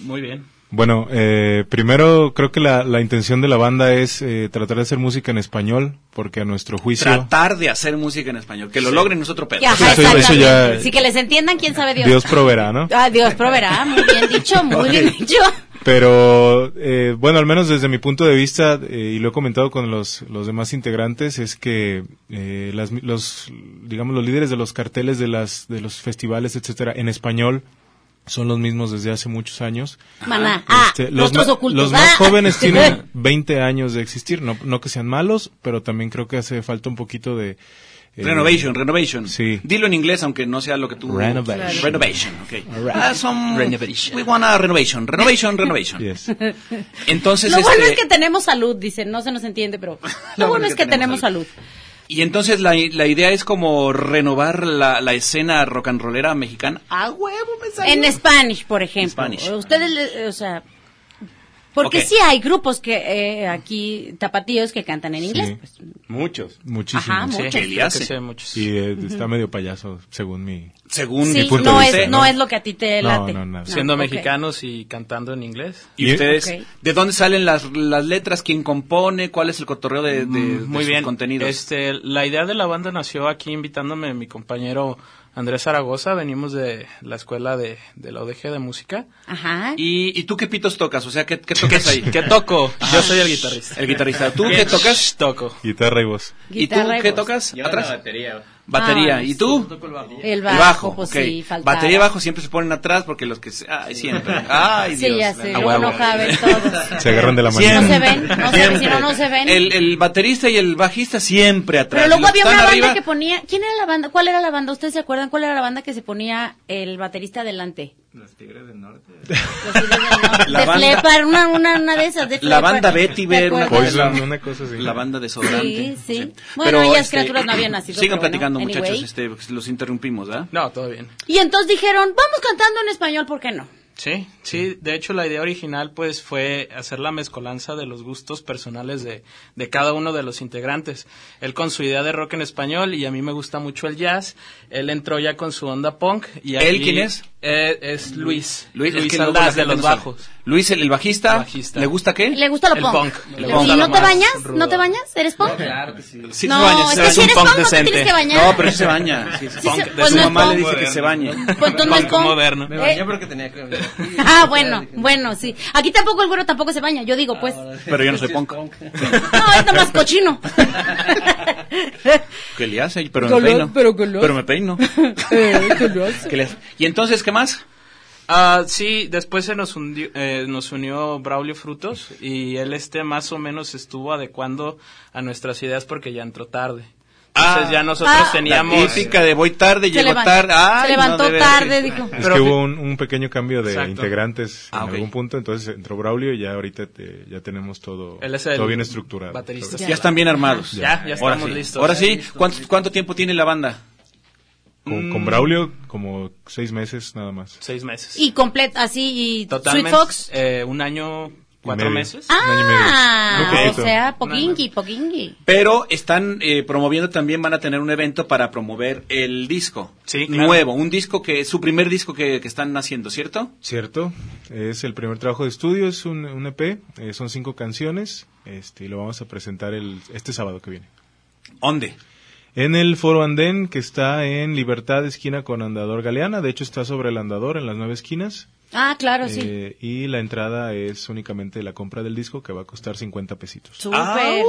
[SPEAKER 4] Muy bien.
[SPEAKER 5] Bueno, eh, primero creo que la, la intención de la banda es eh, tratar de hacer música en español, porque a nuestro juicio...
[SPEAKER 1] Tratar de hacer música en español. Que lo logren es otro pedo.
[SPEAKER 2] Que, ajá,
[SPEAKER 5] Eso- eso
[SPEAKER 2] exactamente.
[SPEAKER 5] ya-
[SPEAKER 2] Si que les entiendan, quién sabe Dios.
[SPEAKER 5] Dios proveerá, ¿no?
[SPEAKER 2] Ah, Dios proveerá. Muy bien dicho, muy bien dicho.
[SPEAKER 5] Pero eh, bueno, al menos desde mi punto de vista, eh, y lo he comentado con los, los demás integrantes, es que eh, las, mi- los, digamos, los líderes de los carteles de, las, de los festivales, etcétera, en español son los mismos desde hace muchos años.
[SPEAKER 2] Maná, ah,
[SPEAKER 5] Este,
[SPEAKER 2] los,
[SPEAKER 5] ma-
[SPEAKER 2] ocultos.
[SPEAKER 5] los más
[SPEAKER 2] ah.
[SPEAKER 5] jóvenes tienen 20 años de existir, no, no que sean malos, pero también creo que hace falta un poquito de... eh,
[SPEAKER 1] Renovation, renovation.
[SPEAKER 5] Sí.
[SPEAKER 1] Dilo en inglés, aunque no sea lo que tú.
[SPEAKER 5] Renovation.
[SPEAKER 1] Renovation, okay.
[SPEAKER 5] Alright.
[SPEAKER 1] Ah, some-
[SPEAKER 4] Renovation.
[SPEAKER 1] We want a renovation, renovation, renovation.
[SPEAKER 5] Yes.
[SPEAKER 1] Entonces,
[SPEAKER 2] Lo bueno
[SPEAKER 1] este,
[SPEAKER 2] es que tenemos salud, dicen. No se nos entiende, pero lo bueno es que tenemos salud.
[SPEAKER 1] y entonces la, la idea es como renovar la, la escena rock and rollera mexicana. A huevo, me salió.
[SPEAKER 2] En Spanish, por ejemplo.
[SPEAKER 1] Spanish.
[SPEAKER 2] Ustedes, le- eh, o sea, porque
[SPEAKER 1] Ok.
[SPEAKER 2] sí hay grupos que eh, aquí tapatíos que cantan en inglés.
[SPEAKER 5] Sí.
[SPEAKER 2] pues.
[SPEAKER 3] Muchos.
[SPEAKER 5] Muchísimos.
[SPEAKER 2] Ajá,
[SPEAKER 4] Sí,
[SPEAKER 2] muchos.
[SPEAKER 1] ¿qué le
[SPEAKER 4] creo
[SPEAKER 1] hace?
[SPEAKER 4] que sí hay muchos.
[SPEAKER 5] Y eh, está medio payaso, según mi...
[SPEAKER 1] Según
[SPEAKER 2] Sí,
[SPEAKER 1] mi punto
[SPEAKER 2] no
[SPEAKER 1] de
[SPEAKER 2] es,
[SPEAKER 1] vista.
[SPEAKER 2] no es lo que a ti te
[SPEAKER 5] No,
[SPEAKER 2] late.
[SPEAKER 5] no, nada.
[SPEAKER 4] Siendo
[SPEAKER 2] ok.
[SPEAKER 4] mexicanos y cantando en inglés.
[SPEAKER 1] Y ustedes,
[SPEAKER 2] Ok.
[SPEAKER 1] ¿de dónde salen las, las letras? ¿Quién compone? ¿Cuál es el cotorreo de, de- de
[SPEAKER 4] Mm, Muy
[SPEAKER 1] sus
[SPEAKER 4] bien.
[SPEAKER 1] contenidos?
[SPEAKER 4] Este, la idea de la banda nació aquí invitándome mi compañero Andrés Zaragoza. Venimos de la escuela de, de la ODG de música.
[SPEAKER 2] Ajá.
[SPEAKER 1] ¿Y, ¿Y tú qué pitos tocas? O sea, ¿qué, qué tocas ahí?
[SPEAKER 4] ¿Qué toco? Yo soy el guitarrista.
[SPEAKER 1] El guitarrista. ¿Tú qué tocas?
[SPEAKER 4] Toco.
[SPEAKER 5] Guitarra y voz.
[SPEAKER 1] ¿Y tú
[SPEAKER 2] Guitarra
[SPEAKER 1] qué
[SPEAKER 2] voz.
[SPEAKER 1] tocas? ¿Atrás? batería. Batería.
[SPEAKER 2] Ah,
[SPEAKER 1] ¿Y tú?
[SPEAKER 2] El
[SPEAKER 1] El
[SPEAKER 2] bajo, pues
[SPEAKER 1] ok.
[SPEAKER 2] sí, faltaba.
[SPEAKER 1] Batería y bajo siempre se ponen atrás porque los que... se- Ay, siempre. Ay,
[SPEAKER 2] Sí,
[SPEAKER 1] Dios.
[SPEAKER 2] ya sé,
[SPEAKER 1] A
[SPEAKER 2] luego
[SPEAKER 1] huevo.
[SPEAKER 2] no caben todos.
[SPEAKER 5] Se agarran de la
[SPEAKER 2] no
[SPEAKER 5] manera.
[SPEAKER 2] se ven, no se ven, si no, no se ven.
[SPEAKER 1] El, el baterista y el bajista siempre atrás.
[SPEAKER 2] Pero
[SPEAKER 1] Y
[SPEAKER 2] luego
[SPEAKER 1] los
[SPEAKER 2] había
[SPEAKER 1] que
[SPEAKER 2] una
[SPEAKER 1] están
[SPEAKER 2] banda
[SPEAKER 1] arriba,
[SPEAKER 2] que ponía, ¿quién era la banda? ¿Cuál era la banda? ¿Ustedes se acuerdan cuál era la banda que se ponía el baterista adelante? Los Tigres del Norte.
[SPEAKER 1] La
[SPEAKER 2] de
[SPEAKER 1] banda-
[SPEAKER 2] Flepa, era una, una, una de esas. De
[SPEAKER 1] La
[SPEAKER 2] Flepa.
[SPEAKER 1] banda Betty
[SPEAKER 2] ¿Te
[SPEAKER 1] Ver, una
[SPEAKER 2] acuerdas?
[SPEAKER 5] Poison, una cosa así.
[SPEAKER 1] La banda desodorante.
[SPEAKER 2] Sí, sí. Bueno, ellas criaturas no habían nacido,
[SPEAKER 1] Sigan
[SPEAKER 2] pero
[SPEAKER 1] este, platicando,
[SPEAKER 2] bueno,
[SPEAKER 1] muchachos.
[SPEAKER 2] anyway.
[SPEAKER 1] Este, porque los interrumpimos, ¿verdad?
[SPEAKER 4] No, Ah, todo bien.
[SPEAKER 2] Y entonces dijeron, vamos cantando en español, ¿por qué no?
[SPEAKER 4] Sí, sí, de hecho la idea original pues fue hacer la mezcolanza de los gustos personales de, de cada uno de los integrantes. Él con su idea de rock en español y a mí me gusta mucho el jazz, él entró ya con su onda punk y
[SPEAKER 1] ¿Él
[SPEAKER 4] aquí-
[SPEAKER 1] quién es?
[SPEAKER 4] Eh, es Luis,
[SPEAKER 1] Luis,
[SPEAKER 4] Luis,
[SPEAKER 1] es que luego la
[SPEAKER 4] Aldaz de
[SPEAKER 1] gente
[SPEAKER 4] los
[SPEAKER 1] no sabe.
[SPEAKER 4] bajos.
[SPEAKER 1] Luis, el, el bajista,
[SPEAKER 4] El bajista.
[SPEAKER 1] ¿le gusta qué?
[SPEAKER 2] Le gusta lo
[SPEAKER 4] El
[SPEAKER 2] punk.
[SPEAKER 4] punk.
[SPEAKER 1] Le gusta
[SPEAKER 2] ¿Y
[SPEAKER 1] lo
[SPEAKER 2] no te
[SPEAKER 4] más
[SPEAKER 2] bañas? ¿No
[SPEAKER 4] rudo.
[SPEAKER 2] te bañas? ¿Eres punk?
[SPEAKER 1] Sí,
[SPEAKER 2] no,
[SPEAKER 1] se baña,
[SPEAKER 2] es que si
[SPEAKER 4] un
[SPEAKER 1] sí se baña.
[SPEAKER 2] eres
[SPEAKER 4] punk
[SPEAKER 2] punk, no te
[SPEAKER 4] decente.
[SPEAKER 2] tienes que bañar.
[SPEAKER 1] No, pero sí se baña. Sí, sí.
[SPEAKER 2] Sí,
[SPEAKER 4] punk.
[SPEAKER 2] se-
[SPEAKER 4] De
[SPEAKER 2] pues
[SPEAKER 1] Su
[SPEAKER 2] no es
[SPEAKER 1] mamá le
[SPEAKER 2] punk.
[SPEAKER 1] dice que se baña.
[SPEAKER 2] Pues entonces no es
[SPEAKER 4] Punk
[SPEAKER 2] punk.
[SPEAKER 4] moderno.
[SPEAKER 2] Eh, Ah, bueno, bueno, sí. Aquí tampoco el güero tampoco se baña, yo digo, pues. No,
[SPEAKER 1] Pero yo no soy punk.
[SPEAKER 2] es nomás cochino.
[SPEAKER 1] ¿Qué le hace? Pero me peino. Pero me peino. ¿Qué le hace? ¿Y entonces qué más?
[SPEAKER 4] Ah, sí, después se nos, hundió- eh, nos unió Braulio Frutos y él este más o menos estuvo adecuando a nuestras ideas porque ya entró tarde. Entonces ya nosotros
[SPEAKER 2] Ah.
[SPEAKER 4] teníamos...
[SPEAKER 1] La típica de voy tarde,
[SPEAKER 2] Se
[SPEAKER 1] llego
[SPEAKER 2] levan-
[SPEAKER 1] tarde. Ay,
[SPEAKER 2] se
[SPEAKER 1] no
[SPEAKER 2] levantó
[SPEAKER 1] debe de-
[SPEAKER 2] tarde, dijo.
[SPEAKER 5] Es
[SPEAKER 4] Pero
[SPEAKER 5] que
[SPEAKER 4] fi-
[SPEAKER 5] hubo un, un pequeño cambio de
[SPEAKER 4] Exacto.
[SPEAKER 5] integrantes
[SPEAKER 1] Ah,
[SPEAKER 5] en
[SPEAKER 1] ok.
[SPEAKER 5] algún punto, entonces entró Braulio y ya ahorita te- ya tenemos todo,
[SPEAKER 4] Él es el
[SPEAKER 5] todo bien estructurado.
[SPEAKER 4] baterista.
[SPEAKER 1] Ya están bien armados.
[SPEAKER 4] Ya, ya
[SPEAKER 1] Ahora
[SPEAKER 4] estamos
[SPEAKER 1] sí.
[SPEAKER 4] listos.
[SPEAKER 1] Ahora sí, ¿cuánto, cuánto tiempo tiene la banda?
[SPEAKER 5] Con, con Braulio como seis meses nada más.
[SPEAKER 4] Seis meses.
[SPEAKER 2] Y completa, así, y
[SPEAKER 4] Totalmente,
[SPEAKER 2] Sweet Fox.
[SPEAKER 4] eh, un año, cuatro
[SPEAKER 5] medio.
[SPEAKER 4] meses.
[SPEAKER 5] un año y medio.
[SPEAKER 2] Ah,
[SPEAKER 5] Muy
[SPEAKER 2] o
[SPEAKER 5] poquito.
[SPEAKER 2] sea, poquingui, poquingui.
[SPEAKER 1] Pero están eh, promoviendo también, van a tener un evento para promover el disco.
[SPEAKER 4] Sí, claro.
[SPEAKER 1] Nuevo, un disco que es su primer disco que, que están haciendo, ¿cierto?
[SPEAKER 5] Cierto, es el primer trabajo de estudio, es un, un EP, eh, son cinco canciones, este, y lo vamos a presentar el, este sábado que viene.
[SPEAKER 1] ¿Dónde?
[SPEAKER 5] En el Foro Andén, que está en Libertad, esquina con Andador Galeana, de hecho está sobre el Andador en las nueve esquinas,
[SPEAKER 2] Ah, claro, sí.
[SPEAKER 5] eh, y la entrada es únicamente la compra del disco, que va a costar 50 pesitos.
[SPEAKER 2] Súper,
[SPEAKER 1] Ah, uy,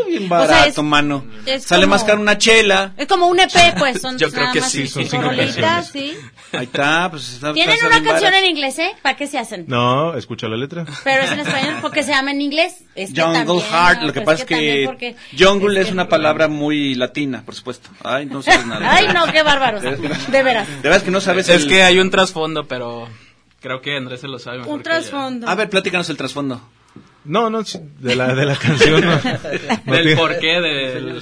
[SPEAKER 2] súper.
[SPEAKER 1] Bien
[SPEAKER 2] O
[SPEAKER 1] barato,
[SPEAKER 2] sea, es,
[SPEAKER 1] mano.
[SPEAKER 2] es
[SPEAKER 1] Sale
[SPEAKER 2] como-
[SPEAKER 1] más caro una chela.
[SPEAKER 2] es como un EP, pues. Son
[SPEAKER 4] Yo creo
[SPEAKER 2] nada
[SPEAKER 4] que
[SPEAKER 2] más
[SPEAKER 4] sí, son
[SPEAKER 2] cinco
[SPEAKER 5] cinco
[SPEAKER 2] rolitas,
[SPEAKER 5] canciones.
[SPEAKER 2] sí.
[SPEAKER 1] Ahí está, pues está.
[SPEAKER 2] Tienen
[SPEAKER 1] está
[SPEAKER 2] una
[SPEAKER 1] bien
[SPEAKER 2] canción
[SPEAKER 1] barato.
[SPEAKER 2] en inglés, ¿eh? ¿Para qué se hacen?
[SPEAKER 5] No, escucha la letra.
[SPEAKER 2] Pero es en español porque se llama en inglés. Es que
[SPEAKER 1] Jungle
[SPEAKER 2] también,
[SPEAKER 1] Heart,
[SPEAKER 2] no,
[SPEAKER 1] lo que
[SPEAKER 2] pues
[SPEAKER 1] pasa es
[SPEAKER 2] también
[SPEAKER 1] que,
[SPEAKER 2] porque-
[SPEAKER 1] Jungle es,
[SPEAKER 2] que-
[SPEAKER 1] una palabra muy latina, por supuesto. Ay, no sabes nada.
[SPEAKER 2] Ay, no, qué bárbaros.
[SPEAKER 1] De veras.
[SPEAKER 2] De veras.
[SPEAKER 1] De verdad que no sabes
[SPEAKER 4] Es
[SPEAKER 1] el-
[SPEAKER 4] que hay un trasfondo, pero creo que Andrés se lo sabe mejor.
[SPEAKER 2] Un
[SPEAKER 4] que yo.
[SPEAKER 2] trasfondo.
[SPEAKER 1] A ver, platícanos el trasfondo.
[SPEAKER 5] No, no, sí, de la, de la canción. No, No
[SPEAKER 4] Del
[SPEAKER 5] tiene-
[SPEAKER 4] porqué del...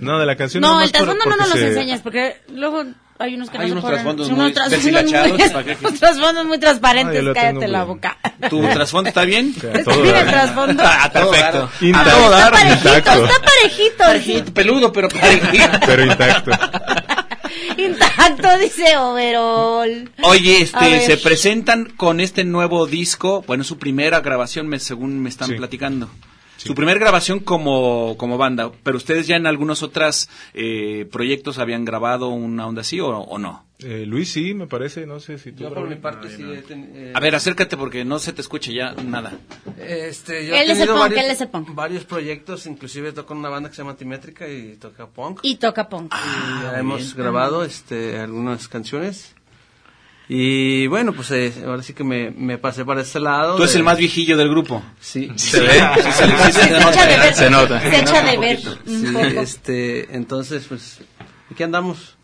[SPEAKER 5] No, de la canción.
[SPEAKER 2] No,
[SPEAKER 5] nomás
[SPEAKER 2] el trasfondo
[SPEAKER 5] por-
[SPEAKER 2] no nos
[SPEAKER 5] porque
[SPEAKER 2] los
[SPEAKER 5] se-
[SPEAKER 2] enseñas porque luego hay unos que
[SPEAKER 1] Hay
[SPEAKER 2] no se
[SPEAKER 1] unos
[SPEAKER 2] ponen-
[SPEAKER 1] trasfondos
[SPEAKER 2] son
[SPEAKER 1] muy
[SPEAKER 2] unos trasfondos
[SPEAKER 1] deshilachados,
[SPEAKER 2] muy-
[SPEAKER 1] ¿para qué?
[SPEAKER 2] unos trasfondos muy transparentes,
[SPEAKER 5] Ah, yo lo
[SPEAKER 2] cállate
[SPEAKER 5] tengo
[SPEAKER 2] la
[SPEAKER 5] bien.
[SPEAKER 2] boca.
[SPEAKER 1] ¿Tu trasfondo está bien?
[SPEAKER 5] Sí,
[SPEAKER 2] Está
[SPEAKER 5] todo
[SPEAKER 2] bien
[SPEAKER 5] da.
[SPEAKER 2] el trasfondo.
[SPEAKER 1] Ah, perfecto.
[SPEAKER 5] Intacto.
[SPEAKER 1] A todo
[SPEAKER 2] Está
[SPEAKER 1] dar.
[SPEAKER 2] parejito,
[SPEAKER 5] Intacto.
[SPEAKER 2] está parejito.
[SPEAKER 1] Parejito, peludo, pero parejito.
[SPEAKER 5] Pero intacto.
[SPEAKER 2] Intacto, dice Overol.
[SPEAKER 1] Oye,
[SPEAKER 2] A
[SPEAKER 1] este,
[SPEAKER 2] ver.
[SPEAKER 1] se presentan con este nuevo disco, bueno, su primera grabación, me- según me están
[SPEAKER 5] Sí.
[SPEAKER 1] platicando.
[SPEAKER 5] Sí.
[SPEAKER 1] Su primera grabación como, como banda, pero ustedes ya en algunos otros eh, proyectos habían grabado una onda así o, o no.
[SPEAKER 5] Eh, Luis, sí, me parece. No sé si tú.
[SPEAKER 12] Yo por mi parte sí he ten- eh,
[SPEAKER 1] A ver, acércate porque no se te escucha ya nada.
[SPEAKER 12] Este, yo
[SPEAKER 2] Él
[SPEAKER 12] he
[SPEAKER 2] es el
[SPEAKER 12] tenido
[SPEAKER 2] punk,
[SPEAKER 12] varios,
[SPEAKER 2] él es el punk.
[SPEAKER 12] varios proyectos, inclusive toco en una banda que se llama Timétrica y toca punk. Y,
[SPEAKER 2] Y toca punk. Ah,
[SPEAKER 12] ya Ah, hemos grabado este, algunas canciones. Y bueno, pues eh, ahora sí que me, me pasé para este lado.
[SPEAKER 1] Tú eres
[SPEAKER 12] de-
[SPEAKER 1] el más viejillo del grupo.
[SPEAKER 12] Sí.
[SPEAKER 4] Se ve.
[SPEAKER 1] se le- sí se le
[SPEAKER 2] Se echa de ver.
[SPEAKER 4] Se nota.
[SPEAKER 2] Se echa de ver
[SPEAKER 12] Sí,
[SPEAKER 2] un poco.
[SPEAKER 12] este, entonces, pues, aquí andamos.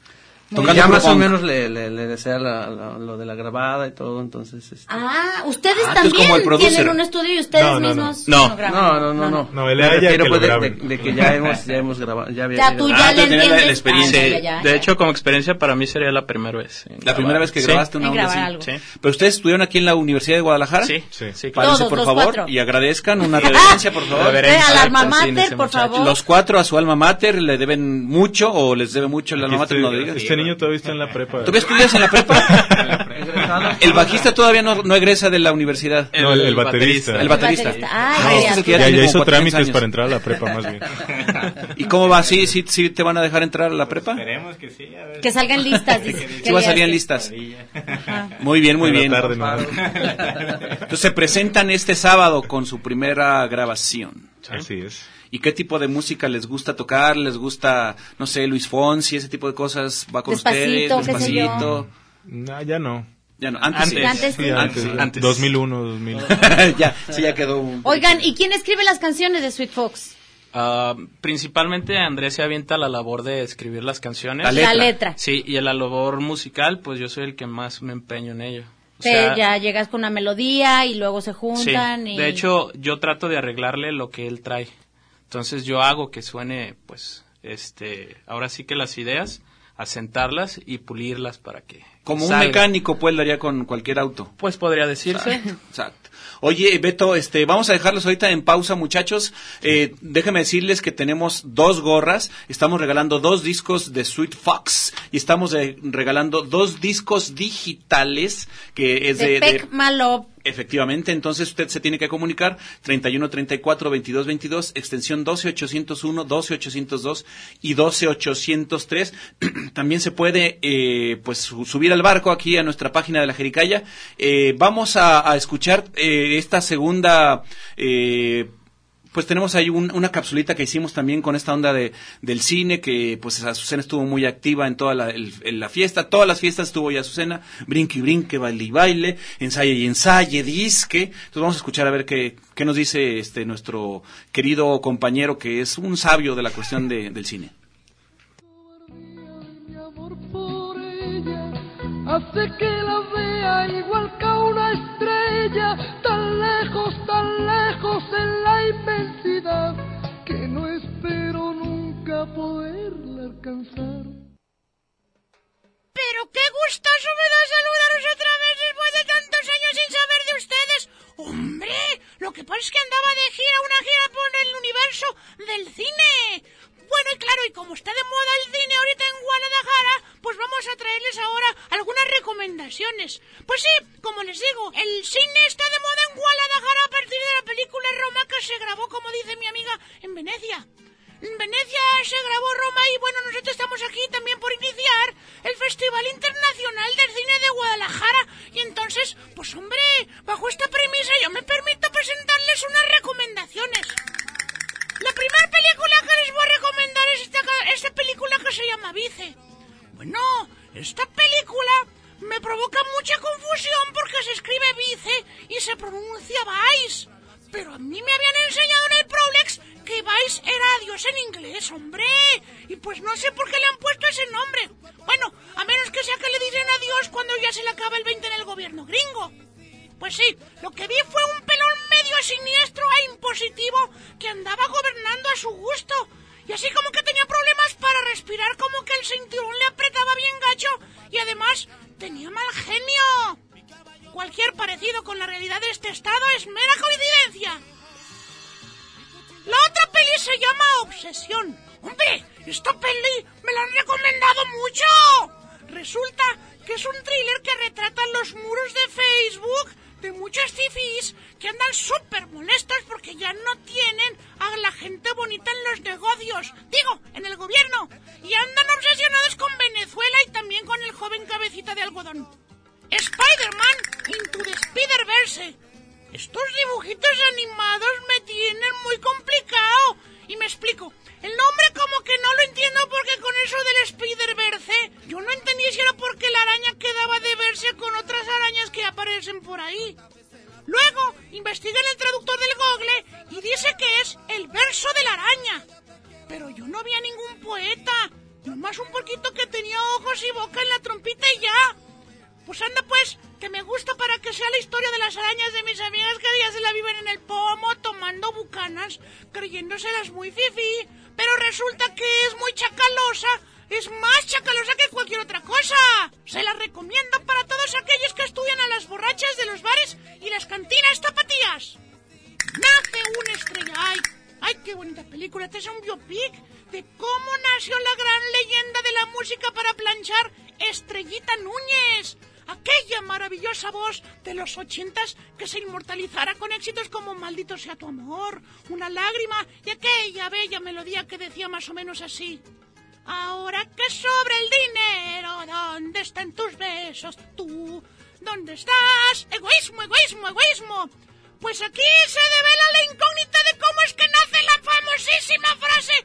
[SPEAKER 1] Tocando
[SPEAKER 12] Y ya
[SPEAKER 1] puro
[SPEAKER 12] más o
[SPEAKER 1] punk.
[SPEAKER 12] menos le, le, le desea la- la- lo de la grabada y todo, entonces. este,
[SPEAKER 2] Ah, ustedes
[SPEAKER 1] Ah, tú es como el
[SPEAKER 2] también
[SPEAKER 1] producer.
[SPEAKER 2] tienen un estudio y ustedes
[SPEAKER 5] No, no, no.
[SPEAKER 2] mismos
[SPEAKER 4] No.
[SPEAKER 2] lo graban.
[SPEAKER 12] No, no, no, no.
[SPEAKER 5] No, el
[SPEAKER 12] Me
[SPEAKER 5] haya que
[SPEAKER 12] refiero,
[SPEAKER 5] lo
[SPEAKER 12] pues, de-
[SPEAKER 5] graben.
[SPEAKER 12] de, de que ya hemos, ya hemos grabado, ya había
[SPEAKER 2] Ya
[SPEAKER 12] grabado.
[SPEAKER 2] tú ya
[SPEAKER 1] Ah,
[SPEAKER 2] le
[SPEAKER 1] tú tenías la- la
[SPEAKER 2] entiendes.
[SPEAKER 1] experiencia.
[SPEAKER 2] Ah,
[SPEAKER 4] Sí,
[SPEAKER 2] ya, ya, ya.
[SPEAKER 4] de hecho, como experiencia para mí sería la primera vez. en
[SPEAKER 1] La
[SPEAKER 4] grabar.
[SPEAKER 1] primera vez que
[SPEAKER 4] Sí,
[SPEAKER 1] grabaste una
[SPEAKER 2] En
[SPEAKER 1] onda
[SPEAKER 2] grabar
[SPEAKER 1] así.
[SPEAKER 2] algo.
[SPEAKER 4] Sí,
[SPEAKER 1] Pero ustedes estuvieron aquí en la Universidad de Guadalajara.
[SPEAKER 4] sí,
[SPEAKER 5] Sí.
[SPEAKER 4] sí, claro.
[SPEAKER 1] Párense,
[SPEAKER 2] Todos,
[SPEAKER 1] por
[SPEAKER 2] los
[SPEAKER 1] favor,
[SPEAKER 2] cuatro.
[SPEAKER 1] y agradezcan una reverencia, por favor.
[SPEAKER 2] Ve a la alma mater, por favor.
[SPEAKER 1] Los cuatro a su alma mater le deben mucho o les debe mucho el
[SPEAKER 5] Aquí
[SPEAKER 1] alma mater,
[SPEAKER 5] estoy-
[SPEAKER 1] no digas.
[SPEAKER 5] este niño todavía está en la prepa.
[SPEAKER 1] ¿Todavía estudias en la prepa?
[SPEAKER 12] Egresado.
[SPEAKER 1] el bajista todavía no, no egresa de la universidad.
[SPEAKER 5] No, el- el baterista.
[SPEAKER 1] El baterista.
[SPEAKER 2] baterista. Ay,
[SPEAKER 1] Ah, este es el que
[SPEAKER 5] Ya,
[SPEAKER 1] tiene
[SPEAKER 5] ya
[SPEAKER 1] como
[SPEAKER 5] hizo
[SPEAKER 1] 400
[SPEAKER 5] trámites
[SPEAKER 1] años.
[SPEAKER 5] para entrar a la prepa, más bien.
[SPEAKER 1] ¿Y cómo va? ¿Sí, sí, sí te van a dejar entrar a la prepa?
[SPEAKER 2] Que salgan listas. dice.
[SPEAKER 1] Sí va a salir en listas. Muy bien, muy
[SPEAKER 5] En la
[SPEAKER 1] bien.
[SPEAKER 5] tarde, ¿no?
[SPEAKER 1] Entonces se presentan este sábado con su primera grabación.
[SPEAKER 5] Así es.
[SPEAKER 1] ¿Y qué tipo de música les gusta tocar? ¿Les gusta, no sé, Luis Fonsi, ese tipo de cosas? ¿Va con
[SPEAKER 2] Despacito,
[SPEAKER 1] ustedes?
[SPEAKER 2] qué sé yo.
[SPEAKER 5] No, ya no.
[SPEAKER 1] Ya no, antes, sí.
[SPEAKER 2] Antes sí.
[SPEAKER 5] Sí, antes,
[SPEAKER 1] Antes,
[SPEAKER 5] ya.
[SPEAKER 4] antes.
[SPEAKER 5] 2001, 2000.
[SPEAKER 1] ya, sí, ya quedó un...
[SPEAKER 2] Oigan, ¿y quién escribe las canciones de Sweet Fox?
[SPEAKER 4] Ah, principalmente Andrés se avienta la labor de escribir las canciones.
[SPEAKER 1] La letra.
[SPEAKER 2] La letra.
[SPEAKER 4] Sí, y en la labor musical, pues yo soy el que más me empeño en ello. O
[SPEAKER 2] Te-
[SPEAKER 4] sea,
[SPEAKER 2] ya llegas con una melodía y luego se
[SPEAKER 4] sí.
[SPEAKER 2] juntan. y...
[SPEAKER 4] De hecho, yo trato de arreglarle lo que él trae. Entonces yo hago que suene, pues, este, ahora sí que las ideas, asentarlas y pulirlas para que
[SPEAKER 1] Como un
[SPEAKER 4] salga.
[SPEAKER 1] mecánico, pues, lo haría con cualquier auto.
[SPEAKER 4] Pues podría decirse.
[SPEAKER 1] Exacto. Oye, Beto, este, vamos a dejarlos ahorita en pausa, muchachos. Eh, déjenme decirles que tenemos dos gorras, estamos regalando dos discos de Sweet Fox y estamos eh, regalando dos discos digitales que es de,
[SPEAKER 2] de
[SPEAKER 1] de-
[SPEAKER 2] Peck Malo.
[SPEAKER 1] Efectivamente, entonces usted se tiene que comunicar 31 34 22 22 extensión 12 801, 12 802 y 12 803. También se puede eh, pues su- subir al barco aquí a nuestra página de la Jericaya. Eh, vamos a, a escuchar eh, esta segunda eh, pues tenemos ahí un- una capsulita que hicimos también con esta onda de, del cine, que pues Azucena estuvo muy activa en toda la, el- en la fiesta, todas las fiestas estuvo ya Azucena, brinque y brinque, baile y baile, ensaye y ensaye, disque. Entonces vamos a escuchar a ver qué, qué nos dice este nuestro querido compañero que es un sabio de la cuestión de- del cine.
[SPEAKER 13] hace que la vea igual que a una estrella, tan lejos, tan lejos en la inmensidad, que no espero nunca poderla alcanzar.
[SPEAKER 6] Pero qué gustoso me da saludaros otra vez después de tantos años sin saber de ustedes. Hombre, lo que pasa es que andaba de gira, una gira por el universo del cine. Bueno, y claro, y como está de moda el cine ahorita en Guadalajara, pues vamos a traerles ahora algunas recomendaciones. Pues sí, como les digo, el cine está de moda en Guadalajara a partir de la película Roma que se grabó, como dice mi amiga, en Venecia. En Venecia se grabó Roma y bueno, nosotros estamos aquí también por iniciar el Festival Internacional del Cine de Guadalajara. Y entonces, pues hombre, bajo esta premisa yo me permito presentarles unas recomendaciones. La primera película que les voy a recomendar es esta, esta película que se llama Vice. Bueno, esta película me provoca mucha confusión porque se escribe Vice y se pronuncia Vice. Pero a mí me habían enseñado en el Prolex que Vice era Dios en inglés, hombre. Y pues no sé por qué le han puesto ese nombre. Bueno, a menos que sea que le dicen adiós cuando ya se le acaba el 20 en el gobierno gringo. Pues sí, lo que vi fue un pelón medio siniestro e impositivo que andaba gobernando a su gusto. Y así como que tenía problemas para respirar, como que el cinturón le apretaba bien gacho y además tenía mal genio. Cualquier parecido con la realidad de este estado es mera coincidencia. La otra peli se llama Obsesión. Hombre, esta peli me la han recomendado mucho. Resulta que es un thriller que retrata los muros de Facebook de muchos fifís que andan súper molestos porque ya no tienen a la gente bonita en los negocios, digo, en el gobierno, y andan obsesionados con Venezuela y también con el joven cabecita de algodón. Spider-Man Into the Spider-Verse. Estos dibujitos animados me tienen muy complicado. Y me explico. El nombre como que no lo entiendo porque con eso del Spider-Verse, yo no entendí si era porque la araña quedaba de verse con otras arañas que aparecen por ahí. Luego, investigué en el traductor del Google y dice que es el verso de la araña. Pero yo no vi a ningún poeta, nomás un poquito que tenía ojos y boca en la trompita y ya. Pues anda pues, que me gusta para que sea la historia de las arañas de mis amigas que ya se la viven en el pomo tomando bucanas, creyéndoselas muy fifi, pero resulta que es muy chacalosa, es más chacalosa que cualquier otra cosa. Se la recomiendo para todos aquellos que estudian a las borrachas de los bares y las cantinas tapatías. Nace una estrella, ay, ay, qué bonita película, este es un biopic de cómo nació la gran leyenda de la música para planchar, Estrellita Núñez aquella maravillosa voz de los ochentas que se inmortalizará con éxitos como Maldito sea tu amor, Una lágrima y aquella bella melodía que decía más o menos así. Ahora que sobra el dinero, ¿dónde están tus besos tú? ¿Dónde estás? Egoísmo, egoísmo, egoísmo. Pues aquí se devela la incógnita de cómo es que nace la famosísima frase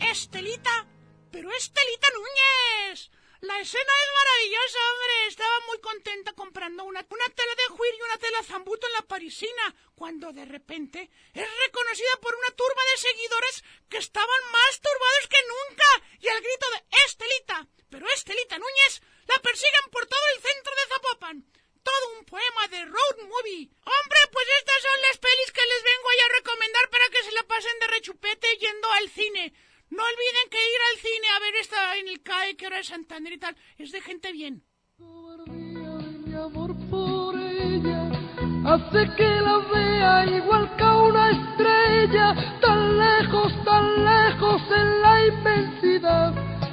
[SPEAKER 6] Estelita, pero Estelita Núñez. La escena es maravillosa, hombre. Estaba muy contenta comprando una, una tela de juir y una tela zambuto en la parisina, cuando de repente es reconocida por una turba de seguidores que estaban más turbados que nunca. Y al grito de Estelita, pero Estelita Núñez, la persiguen por todo el centro de Zapopan. Todo un poema de road movie. Hombre, pues estas son las pelis que les vengo hoy a recomendar para que se la pasen de rechupete yendo al cine. No olviden que ir al cine a ver esta en el CAE, que ahora es Santander y tal, es de gente bien.
[SPEAKER 13] Mi amor por ella hace que la vea igual que a una estrella, tan lejos, tan lejos en la inmensidad,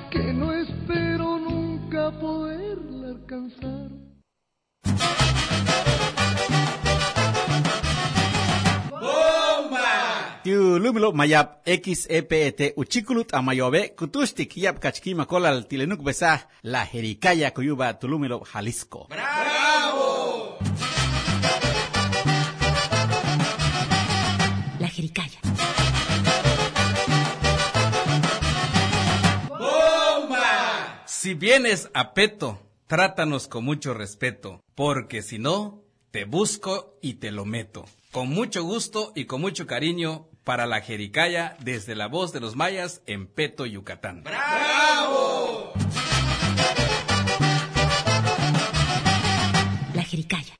[SPEAKER 13] que no espero nunca poderla alcanzar.
[SPEAKER 14] Tiulumlo mayap E XEPET uchikulut amayobe kutustik yap kachkima kolal tilenuk besah la jericaya cuyuba tulumelo Jalisco.
[SPEAKER 2] La jericaya.
[SPEAKER 15] Si vienes a Peto, trátanos con mucho respeto, porque si no, te busco y te lo meto. Con mucho gusto y con mucho cariño para la Jericaya desde la voz de los mayas en Peto, Yucatán.
[SPEAKER 13] ¡Bravo!
[SPEAKER 2] jericaya.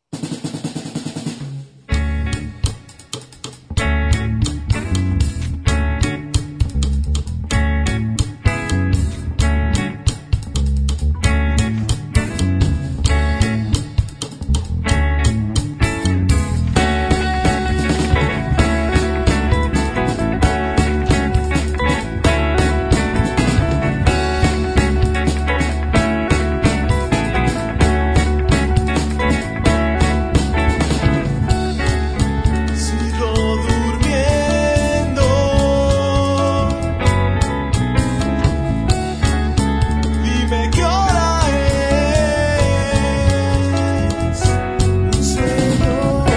[SPEAKER 11] Sigo durmiendo. Dime qué hora es, Señor.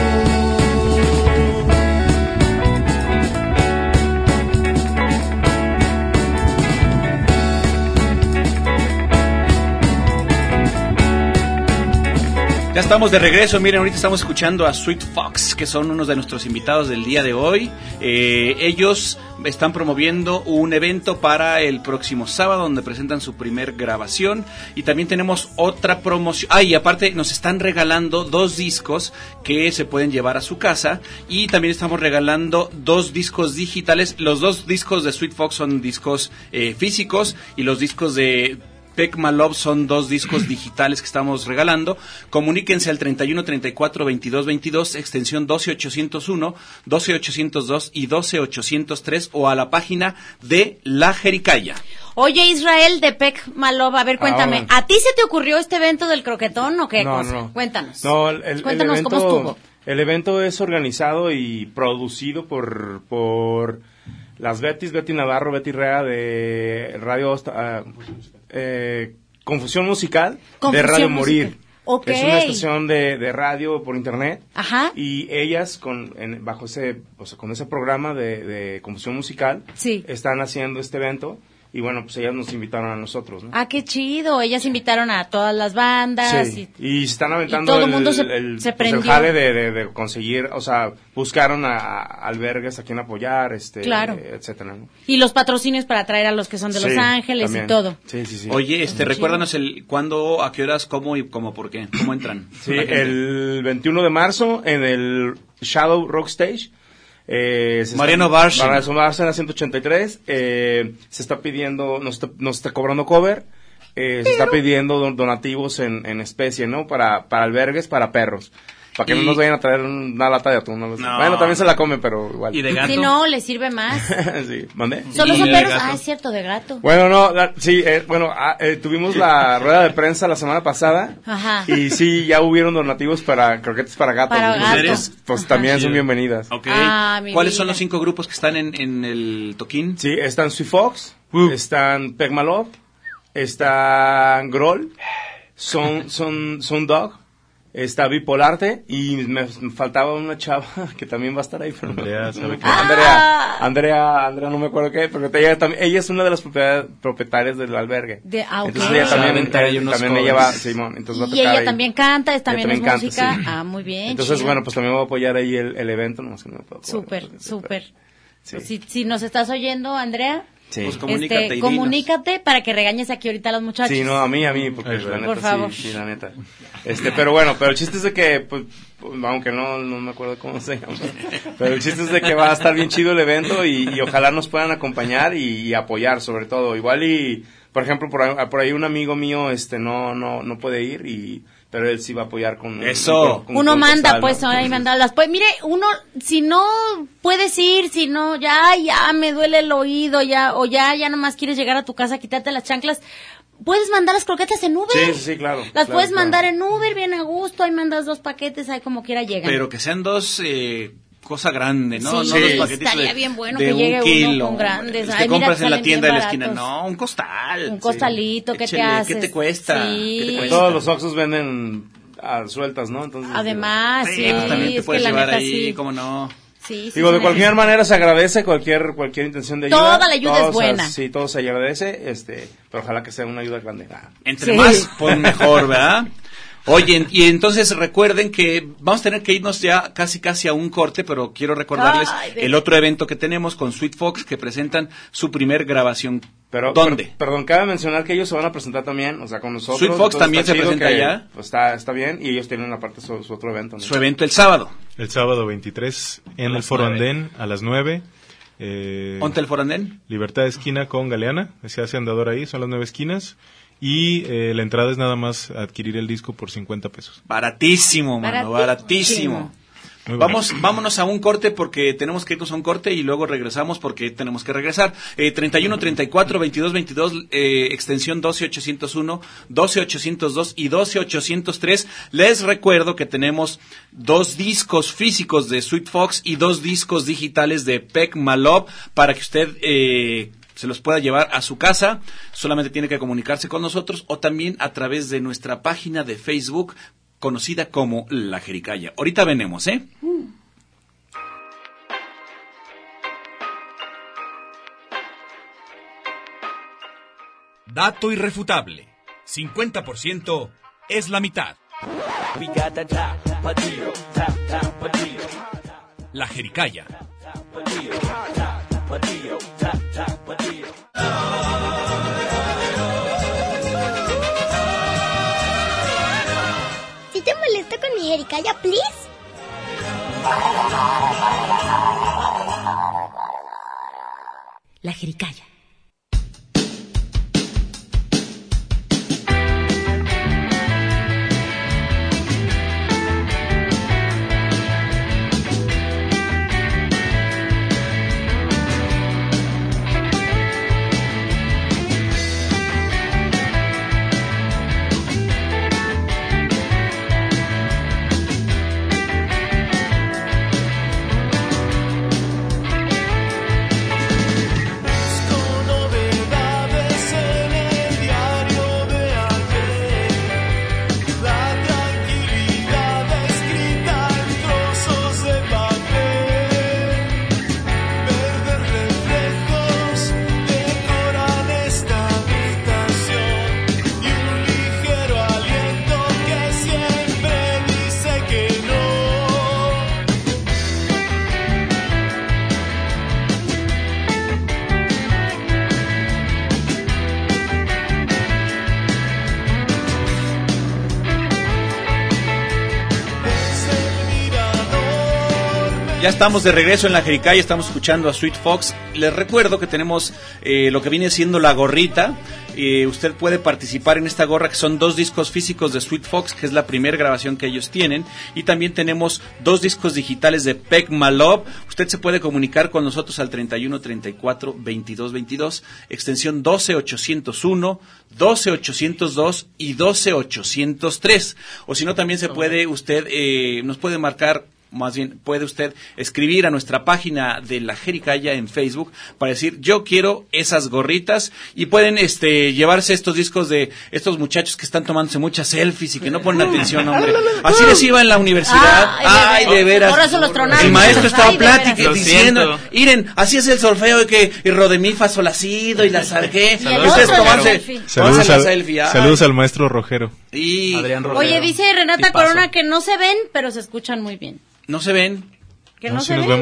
[SPEAKER 1] Ya estamos de regreso, miren, ahorita estamos escuchando a Sweet Fox, que son unos de nuestros invitados del día de hoy. Eh, ellos están promoviendo un evento para el próximo sábado, donde presentan su primer grabación. Y también tenemos otra promoción. Ah, y aparte nos están regalando dos discos que se pueden llevar a su casa. Y también estamos regalando dos discos digitales. Los dos discos de Sweet Fox son discos eh, físicos y los discos de Tecma Love son dos discos digitales que estamos regalando. Comuníquense al 31 34 22 22, extensión 12801, 12802 y 12803 o a la página de La Jericaya.
[SPEAKER 2] Oye, Israel de Peck Maloba,
[SPEAKER 12] Ah,
[SPEAKER 2] a ver, cuéntame,
[SPEAKER 3] Ahora.
[SPEAKER 2] ¿a ti se te ocurrió este evento del croquetón o qué
[SPEAKER 3] No,
[SPEAKER 2] cosa?
[SPEAKER 3] no.
[SPEAKER 2] Cuéntanos.
[SPEAKER 3] No, el, el- el
[SPEAKER 2] Cuéntanos
[SPEAKER 3] evento,
[SPEAKER 2] cómo estuvo.
[SPEAKER 3] El evento es organizado y producido por, por las Betis, Betty Navarro, Betty Rea de Radio Osta- ah, eh, Confusión Musical
[SPEAKER 2] Confusión
[SPEAKER 3] de Radio
[SPEAKER 2] Musical.
[SPEAKER 3] Morir.
[SPEAKER 2] Ok.
[SPEAKER 3] Es una estación de, de radio por internet.
[SPEAKER 2] Ajá.
[SPEAKER 3] Y ellas con en- bajo ese o sea, con ese programa de, de confusión musical están haciendo este evento y bueno pues ellas nos invitaron a nosotros, ¿no?
[SPEAKER 2] Ah, qué chido. Ellas invitaron a todas las bandas.
[SPEAKER 3] Sí,
[SPEAKER 2] Ah, y-
[SPEAKER 3] y se están aventando
[SPEAKER 2] y todo
[SPEAKER 3] el,
[SPEAKER 2] mundo se-
[SPEAKER 3] el-
[SPEAKER 2] se
[SPEAKER 3] pues, el
[SPEAKER 2] prendió.
[SPEAKER 3] jale de, de- de conseguir, o sea, buscaron a, a albergues a quien apoyar, este,
[SPEAKER 2] Claro.
[SPEAKER 3] etcétera. ¿no?
[SPEAKER 2] y los patrocinios para traer a los que son de Los
[SPEAKER 3] Sí,
[SPEAKER 2] Ángeles
[SPEAKER 3] también.
[SPEAKER 2] y todo.
[SPEAKER 3] Sí, sí, sí.
[SPEAKER 1] Oye, este,
[SPEAKER 3] Chido.
[SPEAKER 1] recuérdanos el cuándo, a qué horas, cómo y cómo por qué, cómo entran.
[SPEAKER 3] Sí,
[SPEAKER 1] La gente.
[SPEAKER 3] el 21 de marzo en el Shadow Rock Stage. eh, se
[SPEAKER 1] Mariano
[SPEAKER 3] está-
[SPEAKER 1] Bárcena.
[SPEAKER 3] Mariano Bárcena, 183. eh, se está pidiendo, nos está, nos está cobrando cover. eh, se está pidiendo don- donativos en, en especie, ¿no? Para, para albergues, para perros. Para que no
[SPEAKER 1] Y-
[SPEAKER 3] nos vayan a traer una lata de atún. no lo sé.
[SPEAKER 1] No.
[SPEAKER 3] Bueno, también se la comen, pero igual.
[SPEAKER 1] Y de
[SPEAKER 2] Si no, les sirve más.
[SPEAKER 3] sí, ¿mandé?
[SPEAKER 2] Solo son perros. Ah, es cierto, de gato.
[SPEAKER 3] Bueno, no, la- sí, eh, bueno, ah, eh, tuvimos la rueda de prensa la semana pasada.
[SPEAKER 2] Ajá.
[SPEAKER 3] Y sí, ya hubieron donativos para croquetes para gatos.
[SPEAKER 2] Para
[SPEAKER 3] ¿no? Pues,
[SPEAKER 2] gatos.
[SPEAKER 3] Pues, pues, también son bienvenidas.
[SPEAKER 1] Ok.
[SPEAKER 2] Ah, mi
[SPEAKER 1] ¿Cuáles son
[SPEAKER 2] vida.
[SPEAKER 1] los cinco grupos que están en, en el toquín?
[SPEAKER 3] Sí, están Sweet Fox,
[SPEAKER 1] Uh.
[SPEAKER 3] están Pegmalov, están Groll, son, son, son Dog, está Bipolarte y me me faltaba una chava que también va a estar ahí. Pero no- no me acuerdo.
[SPEAKER 2] Ah.
[SPEAKER 3] Andrea, Andrea, Andrea, no me acuerdo qué, pero ella, también, ella es una de las propiedad- propietarias del albergue.
[SPEAKER 2] De- ah, ok.
[SPEAKER 3] Entonces ella
[SPEAKER 2] Ah,
[SPEAKER 3] también, eh,
[SPEAKER 1] venta, hay unos
[SPEAKER 3] también ella va,
[SPEAKER 1] covers.
[SPEAKER 3] Simón, entonces va a
[SPEAKER 2] Y
[SPEAKER 3] tocar
[SPEAKER 2] ella
[SPEAKER 3] ahí.
[SPEAKER 2] también canta, es- también,
[SPEAKER 3] también
[SPEAKER 2] es
[SPEAKER 3] canta,
[SPEAKER 2] música.
[SPEAKER 3] sí.
[SPEAKER 2] Ah, muy bien.
[SPEAKER 3] Entonces,
[SPEAKER 2] chido.
[SPEAKER 3] bueno, pues también voy a apoyar ahí el, el evento, nomás que no me puedo acordar.
[SPEAKER 2] Súper, súper. Pues,
[SPEAKER 3] Sí.
[SPEAKER 2] Si, si nos estás oyendo, Andrea,
[SPEAKER 3] Sí.
[SPEAKER 1] Pues comunícate
[SPEAKER 2] este,
[SPEAKER 1] y
[SPEAKER 2] comunícate para que regañes aquí ahorita a los muchachos.
[SPEAKER 3] Sí, no, a mí, a mí, porque la neta,
[SPEAKER 2] Por favor.
[SPEAKER 3] Sí, sí, la neta. Este, pero bueno, pero el chiste es de que, pues, aunque no, no me acuerdo cómo se llama, pero el chiste es de que va a estar bien chido el evento y, y ojalá nos puedan acompañar y, y apoyar, sobre todo. Igual y, por ejemplo, por ahí, por ahí un amigo mío, este, no, no, no puede ir y, pero él sí va a apoyar con... con-
[SPEAKER 1] Eso.
[SPEAKER 3] con-
[SPEAKER 2] Uno
[SPEAKER 3] con
[SPEAKER 2] manda,
[SPEAKER 3] costal, ¿no?
[SPEAKER 2] pues, ahí mandarlas. Pues, mire, uno, si no puedes ir, si no, ya, ya, me duele el oído, ya, o ya, ya nomás quieres llegar a tu casa, quitarte las chanclas, puedes mandar las croquetas en Uber.
[SPEAKER 3] Sí, sí, sí, claro.
[SPEAKER 2] Las
[SPEAKER 3] claro,
[SPEAKER 2] puedes
[SPEAKER 3] claro.
[SPEAKER 2] mandar en Uber, bien a gusto, ahí mandas dos paquetes, ahí como quiera llegan.
[SPEAKER 1] Pero que sean dos, eh, cosa grande, ¿no?
[SPEAKER 2] Sí,
[SPEAKER 1] no dos
[SPEAKER 2] sí.
[SPEAKER 1] paquetitos
[SPEAKER 2] estaría
[SPEAKER 1] de-
[SPEAKER 2] bien bueno
[SPEAKER 1] de
[SPEAKER 2] que llegue
[SPEAKER 1] un
[SPEAKER 2] uno
[SPEAKER 1] kilo.
[SPEAKER 2] con grandes.
[SPEAKER 1] Los
[SPEAKER 2] Ay,
[SPEAKER 1] que
[SPEAKER 2] mira,
[SPEAKER 1] compras en la
[SPEAKER 2] salen
[SPEAKER 1] tienda de
[SPEAKER 2] bien
[SPEAKER 1] la esquina.
[SPEAKER 2] baratos.
[SPEAKER 1] No, un costal.
[SPEAKER 2] Un costalito, ¿qué te
[SPEAKER 1] Échale,
[SPEAKER 2] haces?
[SPEAKER 1] ¿Qué te cuesta?
[SPEAKER 2] Sí.
[SPEAKER 1] ¿Qué te cuesta?
[SPEAKER 3] Todos los Oxxos venden ah, sueltas, ¿no? Entonces,
[SPEAKER 2] Además, sí,
[SPEAKER 1] pues también te
[SPEAKER 2] es que
[SPEAKER 1] puedes
[SPEAKER 2] la
[SPEAKER 1] llevar
[SPEAKER 2] neta
[SPEAKER 1] ahí,
[SPEAKER 2] sí.
[SPEAKER 1] ¿cómo no?
[SPEAKER 2] Sí, sí,
[SPEAKER 3] Digo, de
[SPEAKER 2] sí.
[SPEAKER 3] cualquier manera se agradece cualquier cualquier intención de ayuda.
[SPEAKER 2] Toda la ayuda es
[SPEAKER 3] Todo se-
[SPEAKER 2] buena.
[SPEAKER 3] Sí, todo se agradece, este, pero ojalá que sea una ayuda grande. Ah.
[SPEAKER 1] Entre más, pues mejor, ¿verdad? Oye, y entonces recuerden que vamos a tener que irnos ya casi casi a un corte, pero quiero recordarles
[SPEAKER 16] Ay, de-
[SPEAKER 1] el otro evento que tenemos con Sweet Fox que presentan su primer grabación.
[SPEAKER 3] Pero,
[SPEAKER 1] ¿Dónde?
[SPEAKER 3] per- perdón, cabe mencionar que ellos se van a presentar también, o sea, con nosotros.
[SPEAKER 1] Sweet Fox
[SPEAKER 3] entonces
[SPEAKER 1] también
[SPEAKER 3] está
[SPEAKER 1] se
[SPEAKER 3] chido
[SPEAKER 1] presenta allá.
[SPEAKER 3] pues, está, está bien, y ellos tienen aparte su, su otro evento. ¿no?
[SPEAKER 1] Su evento el sábado.
[SPEAKER 5] El sábado 23 en el
[SPEAKER 1] las
[SPEAKER 5] Foro
[SPEAKER 1] nueve.
[SPEAKER 5] Andén a las 9. Eh,
[SPEAKER 1] ¿Onte el Foro Andén?
[SPEAKER 5] Libertad de esquina con Galeana. Se hace andador ahí, son las nueve esquinas. Y eh, la entrada es nada más adquirir el disco por 50 pesos.
[SPEAKER 1] Baratísimo, mano, baratísimo.
[SPEAKER 5] Muy bueno.
[SPEAKER 1] Vamos, vámonos a un corte porque tenemos que irnos a un corte y luego regresamos porque tenemos que regresar. Eh, 31, 34, 22, 22, eh, extensión 12801, 12802 y 12803. Les recuerdo que tenemos dos discos físicos de Sweet Fox y dos discos digitales de Peck Malop para que usted eh, se los pueda llevar a su casa. Solamente tiene que comunicarse con nosotros o también a través de nuestra página de Facebook conocida como La Jericaya. Ahorita venemos, ¿eh?
[SPEAKER 8] Dato irrefutable. 50% es la mitad. La jericaya.
[SPEAKER 10] Si te molesto con mi jericaya, please.
[SPEAKER 2] La jericaya.
[SPEAKER 11] Busco novedades en el diario de ayer. La tranquilidad escrita en trozos de papel. Verdes reflejos decoran esta habitación. Y un ligero aliento que siempre dice que no.
[SPEAKER 1] Ya estamos de regreso en la Jericaya, estamos escuchando a Sweet Fox. Les recuerdo que tenemos eh, lo que viene siendo la gorrita. Eh, usted puede participar en esta gorra que son dos discos físicos de Sweet Fox, que es la primera grabación que ellos tienen. Y también tenemos dos discos digitales de Peck Malov. Usted se puede comunicar con nosotros al 31 34 22 22, extensión 12 801, 12 802 y 12 803. O si no, también se puede usted, eh, nos puede marcar más bien puede usted escribir a nuestra página de la Jericaya en Facebook para decir yo quiero esas gorritas y pueden este llevarse estos discos de estos muchachos que están tomándose muchas selfies y que no ponen atención hombre así les iba en Ah, la universidad ay,
[SPEAKER 17] Ah,
[SPEAKER 2] Ay,
[SPEAKER 1] de veras
[SPEAKER 2] Por eso los tronaron.
[SPEAKER 1] el maestro estaba
[SPEAKER 2] Ay, de veras.
[SPEAKER 1] plática
[SPEAKER 2] Lo
[SPEAKER 1] diciendo,
[SPEAKER 2] siento.
[SPEAKER 1] miren, así es el sorfeo de que y rodemí fa solasido y la sargué.
[SPEAKER 2] Y el
[SPEAKER 1] Ustedes
[SPEAKER 2] otro,
[SPEAKER 1] tomarse,
[SPEAKER 2] la selfie.
[SPEAKER 5] Saludos,
[SPEAKER 1] la
[SPEAKER 5] al,
[SPEAKER 1] selfie. ah. ay.
[SPEAKER 5] saludos al maestro Rojero.
[SPEAKER 1] Y
[SPEAKER 2] Oye, dice Renata Corona que no se ven, pero se escuchan muy bien.
[SPEAKER 1] No se ven.
[SPEAKER 2] Que no, se ven.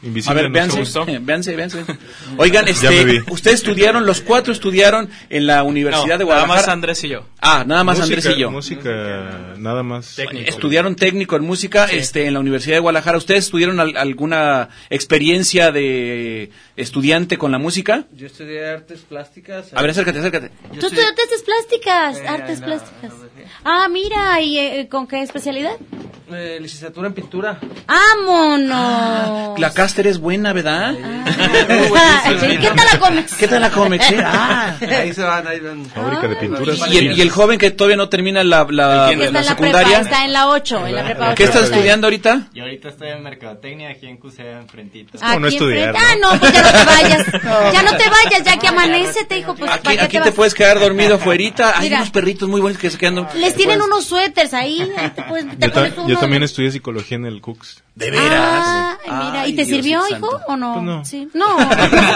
[SPEAKER 2] dice.
[SPEAKER 1] A ver, véanse, eh, véanse, véanse. Oigan,
[SPEAKER 5] Ya me vi.
[SPEAKER 1] este, ustedes estudiaron, los cuatro estudiaron en la Universidad
[SPEAKER 4] No, nada
[SPEAKER 1] de Guadalajara.
[SPEAKER 4] más Andrés y yo.
[SPEAKER 1] Ah, nada más
[SPEAKER 5] Música-
[SPEAKER 1] Andrés y yo.
[SPEAKER 5] Música, nada más.
[SPEAKER 1] Estudiaron técnico en música este, en la Universidad de Guadalajara. ¿Ustedes tuvieron al- alguna experiencia de estudiante con la música?
[SPEAKER 12] Yo estudié artes plásticas.
[SPEAKER 1] A ver, acércate, acércate.
[SPEAKER 17] Tú estudiaste artes plásticas,
[SPEAKER 12] Eh,
[SPEAKER 17] artes
[SPEAKER 12] no,
[SPEAKER 17] plásticas.
[SPEAKER 1] pues,
[SPEAKER 17] Ah, mira, ¿y eh, con qué especialidad?
[SPEAKER 12] Eh, licenciatura en pintura.
[SPEAKER 17] ¡Vámonos!
[SPEAKER 1] La Cáster es buena, ¿verdad? Ah,
[SPEAKER 17] ¿Qué tal la comes?
[SPEAKER 1] ¿Qué tal la comes? Sí, ah.
[SPEAKER 12] Ahí se van, ahí van.
[SPEAKER 5] Fábrica de pinturas.
[SPEAKER 1] Y el, y el joven que todavía no termina la,
[SPEAKER 17] Está
[SPEAKER 1] la-
[SPEAKER 17] en
[SPEAKER 1] Ah, la
[SPEAKER 17] la
[SPEAKER 1] secundaria.
[SPEAKER 17] prepa, está en la 8, en la prepa 8.
[SPEAKER 1] ¿Qué estás estudiando ahorita?
[SPEAKER 18] Y ahorita estoy en mercadotecnia aquí en QCA enfrentito.
[SPEAKER 17] Aquí enfrente. Ah, no, pues ya no te vayas. Ya no te vayas, ya que amanece, te dijo, pues ¿para
[SPEAKER 1] Aquí,
[SPEAKER 17] qué
[SPEAKER 1] aquí
[SPEAKER 17] te
[SPEAKER 1] te
[SPEAKER 17] vas?
[SPEAKER 1] puedes quedar dormido afuerita. Hay
[SPEAKER 17] Mira.
[SPEAKER 1] unos perritos muy bonitos que se quedan.
[SPEAKER 17] Les tienen
[SPEAKER 1] pues.
[SPEAKER 17] unos suéteres ahí, ahí te puedes- te
[SPEAKER 5] Yo, ta-
[SPEAKER 17] pones
[SPEAKER 5] yo
[SPEAKER 17] uno.
[SPEAKER 5] también estudié psicología en el Cooks.
[SPEAKER 1] ¿De
[SPEAKER 17] Ah, mira, ¿y te
[SPEAKER 1] Diosito
[SPEAKER 17] sirvió,
[SPEAKER 5] Pues
[SPEAKER 1] santo.
[SPEAKER 17] hijo, o no? Sí. No,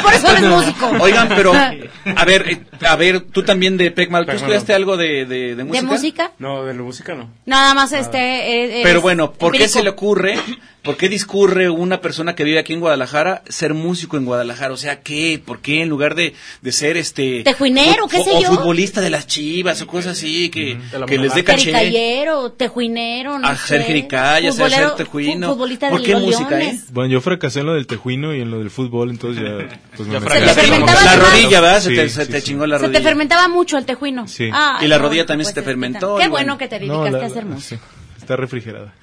[SPEAKER 17] por eso eres músico.
[SPEAKER 1] Oigan, pero, Este, a ver, eh, A ver, tú también de Pecmal, ¿tú estudiaste algo de, de, de música?
[SPEAKER 2] música?
[SPEAKER 3] No, de la música no.
[SPEAKER 2] Nada más este. eh, eh,
[SPEAKER 1] Ah. Pero
[SPEAKER 2] es
[SPEAKER 1] bueno, ¿por qué
[SPEAKER 2] empírico.
[SPEAKER 1] se le ocurre, por qué discurre una persona que vive aquí en Guadalajara ser músico en Guadalajara? O sea, ¿qué? ¿Por qué en lugar de, de ser este...
[SPEAKER 2] Tejuinero,
[SPEAKER 1] fut-
[SPEAKER 2] qué sé
[SPEAKER 1] o
[SPEAKER 2] yo.
[SPEAKER 1] futbolista de las chivas o cosas así, que, que les dé caché
[SPEAKER 2] Jericayero, tejuinero, no
[SPEAKER 1] a ser
[SPEAKER 2] sé.
[SPEAKER 1] jericaya, a ser,
[SPEAKER 2] Futbolero,
[SPEAKER 1] ser tejuino.
[SPEAKER 2] fu- futbolista
[SPEAKER 1] ¿Por
[SPEAKER 2] de
[SPEAKER 1] qué
[SPEAKER 2] los
[SPEAKER 1] música,
[SPEAKER 2] Leones.
[SPEAKER 1] eh?
[SPEAKER 5] Bueno, yo fracasé en lo del tejuino y en lo del fútbol, entonces ya... Pues
[SPEAKER 1] Ya
[SPEAKER 5] me
[SPEAKER 1] fracasé. Se
[SPEAKER 5] metí.
[SPEAKER 1] te fermentaba La la rodilla, mano. ¿verdad? Se te- se te chingó la
[SPEAKER 2] Se te fermentaba mucho el tejuino.
[SPEAKER 5] Sí.
[SPEAKER 2] Ah,
[SPEAKER 1] Y la
[SPEAKER 2] no,
[SPEAKER 1] rodilla también se
[SPEAKER 2] pues,
[SPEAKER 1] te fermentó.
[SPEAKER 2] Qué
[SPEAKER 1] y
[SPEAKER 2] bueno que te
[SPEAKER 5] No,
[SPEAKER 2] dedicaste
[SPEAKER 5] la-
[SPEAKER 2] a ser músico.
[SPEAKER 5] sí, está refrigerada.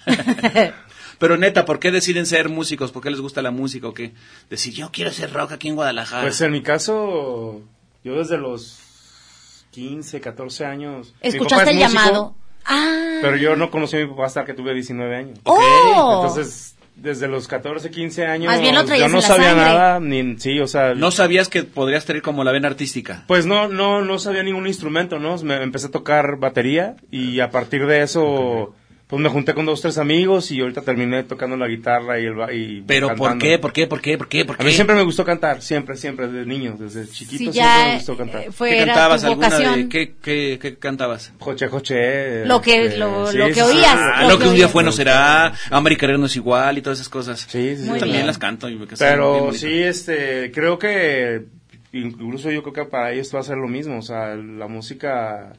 [SPEAKER 1] Pero neta, ¿por qué deciden ser músicos? ¿Por qué les gusta la música o qué? Decir, yo quiero ser rock aquí en Guadalajara.
[SPEAKER 3] Pues en mi caso, yo desde los 15, 14 años. mi
[SPEAKER 2] Escuchaste
[SPEAKER 3] papá es
[SPEAKER 2] el
[SPEAKER 3] músico,
[SPEAKER 2] llamado. Ah.
[SPEAKER 3] Pero yo no conocí a mi papá hasta que tuve 19 años.
[SPEAKER 2] ¡Oh!
[SPEAKER 3] Entonces, desde los 14, 15 años,
[SPEAKER 2] Más bien lo
[SPEAKER 3] yo
[SPEAKER 2] traías
[SPEAKER 3] no
[SPEAKER 2] en la
[SPEAKER 3] sabía
[SPEAKER 2] sangre.
[SPEAKER 3] nada, ni, sí, o sea...
[SPEAKER 1] ¿No sabías que podrías tener como la vena artística?
[SPEAKER 3] Pues no, no, no sabía ningún instrumento, ¿no? Me empecé a tocar batería y a partir de eso, pues me junté con dos, tres amigos y ahorita terminé tocando la guitarra y el ba- y
[SPEAKER 1] ¿Pero por
[SPEAKER 3] cantando.
[SPEAKER 1] qué? ¿Por qué? ¿Por qué? ¿Por qué? ¿Por
[SPEAKER 3] A mí
[SPEAKER 1] qué?
[SPEAKER 3] siempre me gustó cantar, siempre, siempre, desde niño, desde chiquito
[SPEAKER 2] Sí, ya,
[SPEAKER 3] siempre me gustó cantar.
[SPEAKER 2] eh, fue- era tu vocación.
[SPEAKER 1] ¿Qué, qué, qué cantabas?
[SPEAKER 3] Joche, joche.
[SPEAKER 2] Lo que-
[SPEAKER 3] este,
[SPEAKER 2] lo- lo que oías,
[SPEAKER 1] Ah,
[SPEAKER 2] lo
[SPEAKER 1] lo,
[SPEAKER 2] que
[SPEAKER 1] que un día
[SPEAKER 2] oías.
[SPEAKER 1] fue no será, hambre y querer no es igual y todas esas cosas.
[SPEAKER 3] Sí, sí, sí. Muy
[SPEAKER 1] También
[SPEAKER 3] bien.
[SPEAKER 1] las canto. Y me que son bien
[SPEAKER 3] Pero
[SPEAKER 1] bonitas.
[SPEAKER 3] sí, este, creo que incluso yo creo que para ellos va a ser lo mismo, o sea, la música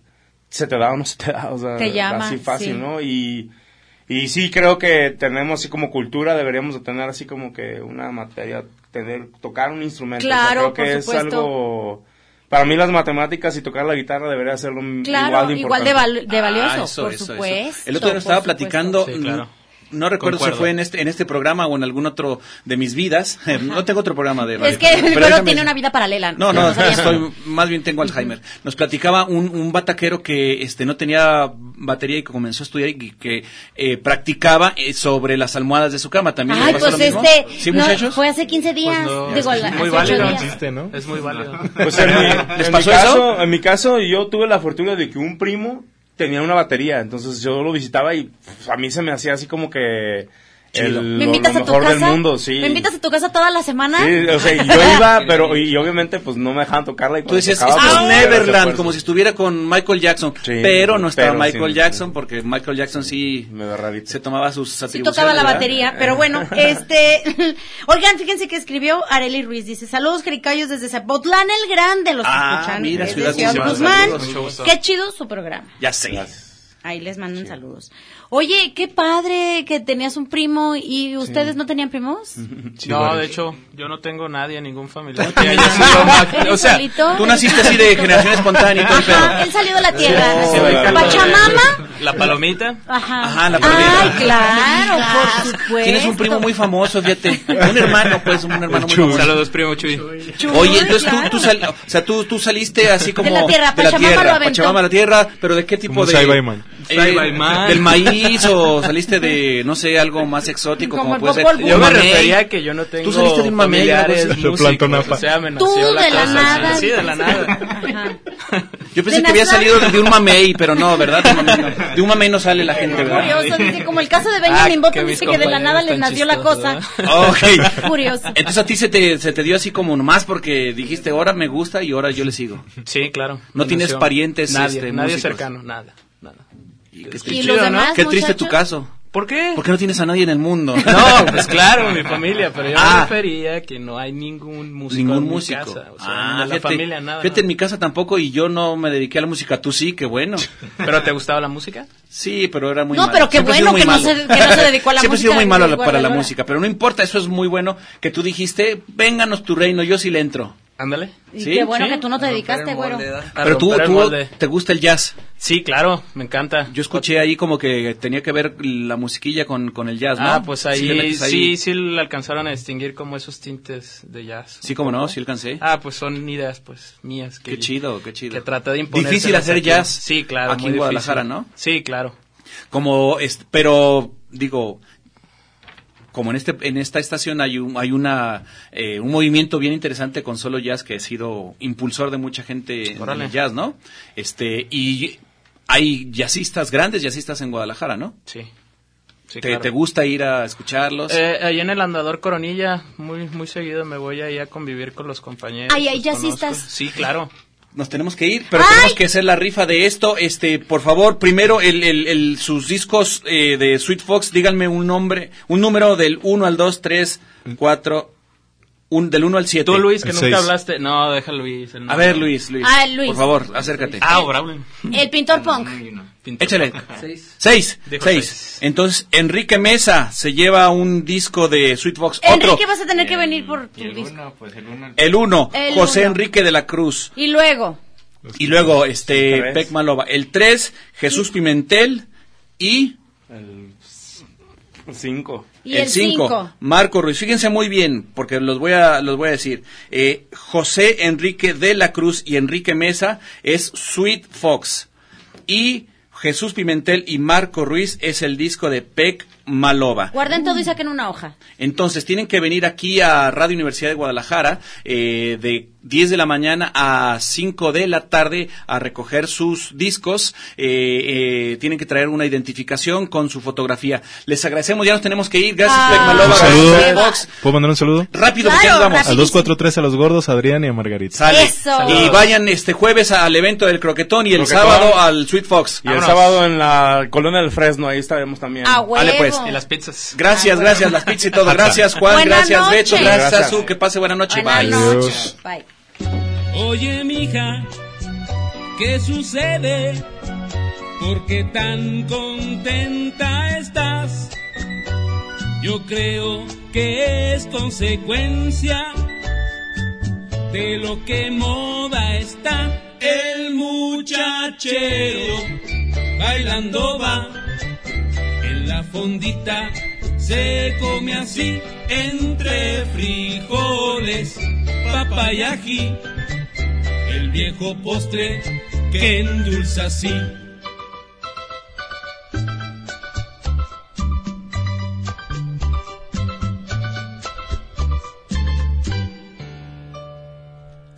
[SPEAKER 3] se te da o no se te da, o sea,
[SPEAKER 2] Te llama,
[SPEAKER 3] así fácil,
[SPEAKER 2] sí.
[SPEAKER 3] ¿no? Y, y sí creo que tenemos así como cultura, deberíamos de tener así como que una materia, tener, tocar un instrumento. o sea, creo
[SPEAKER 2] Claro,
[SPEAKER 3] que
[SPEAKER 2] por
[SPEAKER 3] es
[SPEAKER 2] supuesto.
[SPEAKER 3] algo, para mí las matemáticas y tocar la guitarra debería ser lo m-
[SPEAKER 2] Claro,
[SPEAKER 3] igual de
[SPEAKER 2] igual de
[SPEAKER 3] importante.
[SPEAKER 2] val- de valioso,
[SPEAKER 1] Ah, eso,
[SPEAKER 2] por
[SPEAKER 1] eso, eso.
[SPEAKER 2] supuesto.
[SPEAKER 1] El otro día nos estaba
[SPEAKER 2] por supuesto.
[SPEAKER 1] platicando, mm, no recuerdo
[SPEAKER 4] Concuerdo.
[SPEAKER 1] si fue en este, en este programa o en algún otro de mis vidas. eh, no tengo otro programa de radio.
[SPEAKER 2] Es que el
[SPEAKER 1] Pero
[SPEAKER 2] güero
[SPEAKER 1] déjame
[SPEAKER 2] tiene
[SPEAKER 1] decir-
[SPEAKER 2] una vida paralela.
[SPEAKER 1] No, no,
[SPEAKER 2] sabía.
[SPEAKER 1] estoy, más bien tengo Alzheimer. Nos platicaba un, un bataquero que este, no tenía batería y que comenzó a estudiar y que eh, practicaba eh, sobre las almohadas de su cama. También le
[SPEAKER 2] Ay,
[SPEAKER 1] pasó
[SPEAKER 2] pues
[SPEAKER 1] lo mismo?
[SPEAKER 2] este.
[SPEAKER 1] ¿Sí,
[SPEAKER 2] no,
[SPEAKER 1] muchachos? Pues
[SPEAKER 2] Fue hace 15 días. Digo,
[SPEAKER 1] Es
[SPEAKER 2] la-
[SPEAKER 1] muy
[SPEAKER 2] hace
[SPEAKER 1] válido.
[SPEAKER 2] ocho días.
[SPEAKER 4] Es muy válido.
[SPEAKER 3] Pues en, mi,
[SPEAKER 1] ¿Les
[SPEAKER 3] en
[SPEAKER 1] pasó
[SPEAKER 3] mi
[SPEAKER 1] eso?
[SPEAKER 3] caso, en mi caso, yo tuve la fortuna de que un primo tenía una batería, entonces yo lo visitaba y pff, a mí se me hacía así como que
[SPEAKER 2] Chido.
[SPEAKER 3] el, lo,
[SPEAKER 2] ¿Me invitas
[SPEAKER 3] lo
[SPEAKER 2] a tu
[SPEAKER 3] mejor
[SPEAKER 2] casa?
[SPEAKER 3] del mundo, sí.
[SPEAKER 2] ¿Me invitas a tu casa toda la semana?
[SPEAKER 3] Sí, o sea, y yo iba, pero y, y obviamente pues no me dejaban tocarla y
[SPEAKER 1] Tú
[SPEAKER 3] cuando
[SPEAKER 1] decías,
[SPEAKER 3] tocaba,
[SPEAKER 1] esto
[SPEAKER 3] pues,
[SPEAKER 1] es
[SPEAKER 3] me hacía
[SPEAKER 1] Neverland,
[SPEAKER 3] fuerza.
[SPEAKER 1] como si estuviera con Michael Jackson. pero no estaba
[SPEAKER 3] pero
[SPEAKER 1] Michael
[SPEAKER 3] sí,
[SPEAKER 1] Jackson, porque Michael Jackson sí
[SPEAKER 3] se
[SPEAKER 1] tomaba sus
[SPEAKER 2] Sí
[SPEAKER 1] atribuciones.
[SPEAKER 2] tocaba la
[SPEAKER 1] ¿verdad?
[SPEAKER 2] batería, pero bueno, este, oigan, fíjense que escribió Areli Ruiz, dice, saludos jericayos desde Zapotlán el Grande, los
[SPEAKER 1] Ah,
[SPEAKER 2] escuchan
[SPEAKER 1] mira,
[SPEAKER 2] desde
[SPEAKER 1] Ciudad
[SPEAKER 2] Ciudad
[SPEAKER 1] Guzmán,
[SPEAKER 2] Guzmán,
[SPEAKER 1] saludos, mucho gusto.
[SPEAKER 2] qué chido su programa,
[SPEAKER 1] Ya sé.
[SPEAKER 2] ahí les mandan saludos. Oye, qué padre que tenías un primo y ustedes no tenían
[SPEAKER 1] Mm.
[SPEAKER 2] primos.
[SPEAKER 4] no,
[SPEAKER 1] varios.
[SPEAKER 4] de hecho, yo no tengo nadie, ningún familiar.
[SPEAKER 1] O sea,
[SPEAKER 2] solito?
[SPEAKER 1] tú naciste así de generación espontánea y todo el
[SPEAKER 2] Ajá,
[SPEAKER 1] pedo.
[SPEAKER 2] él salió de la tierra,
[SPEAKER 1] Sí,
[SPEAKER 2] nació.
[SPEAKER 1] claro.
[SPEAKER 2] Pachamama,
[SPEAKER 4] La palomita.
[SPEAKER 2] ajá.
[SPEAKER 1] Ajá, la
[SPEAKER 2] Ay,
[SPEAKER 1] palomita.
[SPEAKER 2] claro, por supuesto.
[SPEAKER 1] Tienes un primo muy famoso, fíjate. Un hermano, pues, un hermano muy famoso.
[SPEAKER 4] Saludos, primo Chuy.
[SPEAKER 1] Oye, entonces tú, tú, sal- o sea, tú, tú saliste así
[SPEAKER 4] De
[SPEAKER 1] como...
[SPEAKER 4] la tierra,
[SPEAKER 1] de la
[SPEAKER 4] Pachamama
[SPEAKER 1] tierra,
[SPEAKER 4] lo aventó.
[SPEAKER 1] Pachamama la tierra, pero ¿de qué tipo
[SPEAKER 5] Como
[SPEAKER 1] de...?
[SPEAKER 5] Saibaiman.
[SPEAKER 1] Eh,
[SPEAKER 4] Saibaiman.
[SPEAKER 1] ¿Del maíz o saliste de, no sé, algo más exótico como,
[SPEAKER 4] Como el
[SPEAKER 1] puede ser?
[SPEAKER 4] Popol Vuh. Yo
[SPEAKER 1] un
[SPEAKER 4] me
[SPEAKER 1] mamey.
[SPEAKER 4] refería a que yo no tengo
[SPEAKER 1] Tú saliste de un mamey, pues.
[SPEAKER 4] familiares,
[SPEAKER 1] algo así.
[SPEAKER 4] músicos, Plantonapa. o sea, me nació
[SPEAKER 2] Tú
[SPEAKER 4] la
[SPEAKER 2] de la
[SPEAKER 4] cosa,
[SPEAKER 2] nada.
[SPEAKER 4] sí, sí, de la nada.
[SPEAKER 1] Yo pensé
[SPEAKER 2] De
[SPEAKER 1] que había
[SPEAKER 2] Nazar.
[SPEAKER 1] salido de un mamey, pero no, ¿verdad? De un mamey no, De un mamey no sale la gente, ¿verdad?
[SPEAKER 2] Curioso, dice, como el caso de Benjamin
[SPEAKER 1] Ah, que
[SPEAKER 2] Button
[SPEAKER 1] mis
[SPEAKER 2] dice que de la nada
[SPEAKER 1] compañeros
[SPEAKER 2] les
[SPEAKER 1] tan
[SPEAKER 2] nació la cosa.
[SPEAKER 1] Ok.
[SPEAKER 2] Curioso.
[SPEAKER 1] Entonces a ti se te, se te dio así como nomás porque dijiste, ahora me gusta y ahora yo le sigo.
[SPEAKER 4] Sí, claro.
[SPEAKER 1] No tienes
[SPEAKER 4] Nació.
[SPEAKER 1] parientes,
[SPEAKER 4] Nadie,
[SPEAKER 1] este,
[SPEAKER 4] nadie
[SPEAKER 1] músicos.
[SPEAKER 4] cercano, nada, nada.
[SPEAKER 1] Qué,
[SPEAKER 4] ¿Y
[SPEAKER 1] triste,
[SPEAKER 4] los demás,
[SPEAKER 1] Qué triste tu
[SPEAKER 4] muchachos?
[SPEAKER 1] caso.
[SPEAKER 4] ¿Por qué?
[SPEAKER 1] Porque no tienes a nadie en el mundo.
[SPEAKER 4] No, pues claro, mi familia, pero yo me
[SPEAKER 1] Ah.
[SPEAKER 4] refería que no hay ningún músico
[SPEAKER 1] Ningún
[SPEAKER 4] en mi
[SPEAKER 1] músico.
[SPEAKER 4] casa, o sea,
[SPEAKER 1] ah,
[SPEAKER 4] de la
[SPEAKER 1] fíjate,
[SPEAKER 4] familia nada.
[SPEAKER 1] Fíjate, en mi casa tampoco y yo no me dediqué a la música. Tú sí, qué bueno.
[SPEAKER 4] ¿Pero te gustaba la música?
[SPEAKER 1] Sí, pero era muy
[SPEAKER 2] No,
[SPEAKER 1] malo.
[SPEAKER 2] pero qué
[SPEAKER 1] Siempre he sido
[SPEAKER 2] bueno
[SPEAKER 1] muy
[SPEAKER 2] que no
[SPEAKER 1] malo.
[SPEAKER 2] se- que no se dedicó a la
[SPEAKER 1] Siempre he sido
[SPEAKER 2] música,
[SPEAKER 1] muy malo a la-
[SPEAKER 2] Luis
[SPEAKER 1] para la
[SPEAKER 2] Guardalora.
[SPEAKER 1] música, pero no importa, eso es muy bueno que tú dijiste, vénganos tu reino, yo sí le entro.
[SPEAKER 4] Ándale.
[SPEAKER 2] Y qué bueno que tú no te dedicaste, güero.
[SPEAKER 1] Pero tú,
[SPEAKER 4] romper el
[SPEAKER 1] tú
[SPEAKER 4] molde.
[SPEAKER 1] te gusta el jazz.
[SPEAKER 4] Sí, claro, me encanta.
[SPEAKER 1] Yo escuché ahí como que tenía que ver la musiquilla con, con el jazz, ¿no?
[SPEAKER 4] Ah, pues
[SPEAKER 1] Sí, le
[SPEAKER 4] ahí
[SPEAKER 1] metes
[SPEAKER 4] sí,
[SPEAKER 1] ahí.
[SPEAKER 4] sí, le alcanzaron a distinguir como esos tintes de jazz.
[SPEAKER 1] Sí, cómo no, sí alcancé.
[SPEAKER 4] Ah, pues son ideas pues mías. Que
[SPEAKER 1] Qué chido, qué chido.
[SPEAKER 4] Que trata de imponer.
[SPEAKER 1] Difícil hacer jazz
[SPEAKER 4] Sí, claro.
[SPEAKER 1] aquí
[SPEAKER 4] muy
[SPEAKER 1] en
[SPEAKER 4] difícil.
[SPEAKER 1] Guadalajara, ¿no?
[SPEAKER 4] Sí, claro.
[SPEAKER 1] Como, es- pero, digo, como en este en esta estación hay un, hay una eh, un movimiento bien interesante con solo jazz que ha sido impulsor de mucha gente en
[SPEAKER 4] Órale.
[SPEAKER 1] el jazz, ¿no? Este y hay jazzistas grandes jazzistas en Guadalajara, ¿no?
[SPEAKER 4] Sí. Sí,
[SPEAKER 1] ¿Te,
[SPEAKER 4] claro.
[SPEAKER 1] te gusta ir a escucharlos?
[SPEAKER 4] Eh, ahí en el andador Coronilla, muy muy seguido me voy ahí a convivir con los compañeros.
[SPEAKER 2] Ay, hay
[SPEAKER 4] los
[SPEAKER 2] jazzistas.
[SPEAKER 4] conozco. Pues Sí, claro.
[SPEAKER 1] nos tenemos que ir, pero tenemos que hacer la rifa de esto. Este, por favor, primero el, el- el- sus discos eh, de Sweet Fox, díganme un nombre, un número del 1 al 2, 3, 4, un, del 1 al 7.
[SPEAKER 4] Tú, Luis, que nunca hablaste. No, deja Luis. el
[SPEAKER 1] A
[SPEAKER 4] nombre.
[SPEAKER 1] ver, Luis, Luis.
[SPEAKER 2] Ah, Luis.
[SPEAKER 1] Por favor, acércate.
[SPEAKER 4] Ah, Braulio.
[SPEAKER 2] El pintor punk.
[SPEAKER 1] Échale.
[SPEAKER 12] Seis.
[SPEAKER 1] Seis.
[SPEAKER 4] Dijo
[SPEAKER 1] Seis. Entonces, Enrique Mesa se lleva un disco de Sweet Fox. Otro.
[SPEAKER 2] Enrique, vas a
[SPEAKER 1] Eh,
[SPEAKER 2] tener que venir por tu disco.
[SPEAKER 1] pues, El uno,
[SPEAKER 2] El
[SPEAKER 1] José
[SPEAKER 2] uno.
[SPEAKER 1] Enrique de la Cruz.
[SPEAKER 2] Y luego,
[SPEAKER 1] Y luego, este,
[SPEAKER 12] Tres.
[SPEAKER 1] Peck Maloba. El tres, Jesús Pimentel. Y
[SPEAKER 3] El 5.
[SPEAKER 2] Y el cinco.
[SPEAKER 1] Marco Ruiz. Fíjense muy bien, porque los voy a, los voy a decir. Eh, José Enrique de la Cruz y Enrique Mesa es Sweet Fox. Y Jesús Pimentel y Marco Ruiz es el disco de Peck Maloba.
[SPEAKER 2] guarden todo y saquen una hoja.
[SPEAKER 1] Entonces tienen que venir aquí a Radio Universidad de Guadalajara eh, de 10 de la mañana a 5 de la tarde a recoger sus discos. Eh, eh, tienen que traer una identificación con su fotografía. Les agradecemos, ya nos tenemos que ir. Gracias,
[SPEAKER 2] Ah.
[SPEAKER 1] Fleck Malova,
[SPEAKER 5] Un
[SPEAKER 1] gracias,
[SPEAKER 5] saludo.
[SPEAKER 1] Fred Fox.
[SPEAKER 5] ¿Puedo mandar un saludo?
[SPEAKER 1] Rápido, porque ya nos vamos.
[SPEAKER 5] Al 243 a los gordos, a Adrián y a Margarita.
[SPEAKER 1] Sale.
[SPEAKER 2] Eso.
[SPEAKER 1] Y vayan este jueves al evento del croquetón y el
[SPEAKER 3] Croquetón.
[SPEAKER 1] sábado al Sweet Fox.
[SPEAKER 3] Y el sábado en la colonia del Fresno, ahí estaremos también.
[SPEAKER 2] A Ah, huevo.
[SPEAKER 1] Dale, pues.
[SPEAKER 4] Y las pizzas.
[SPEAKER 1] Gracias, gracias, las pizzas y todo. Gracias, Juan.
[SPEAKER 2] Ah, Buenas
[SPEAKER 1] gracias, Beto.
[SPEAKER 2] noches.
[SPEAKER 1] Gracias,
[SPEAKER 2] Gracias.
[SPEAKER 1] Azu. Que pase buena noche.
[SPEAKER 2] Buenas
[SPEAKER 1] Bye.
[SPEAKER 2] noches. Bye.
[SPEAKER 19] Oye, mija, ¿qué sucede? ¿Por qué tan contenta estás? Yo creo que es consecuencia de lo que moda está. El muchachero bailando va en la fondita. Se come así entre frijoles, papaya ají el viejo postre que endulza así.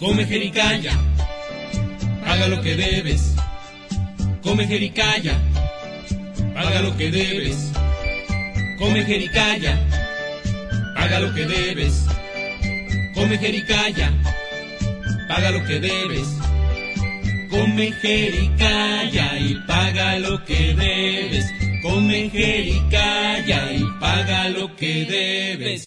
[SPEAKER 19] Come jericaya, paga lo que debes. Come jericaya, paga lo que debes. Come jericaya, paga lo que debes. Come jericaya paga lo que debes. Come jericaya y paga lo que debes. Come jericaya y paga lo que debes.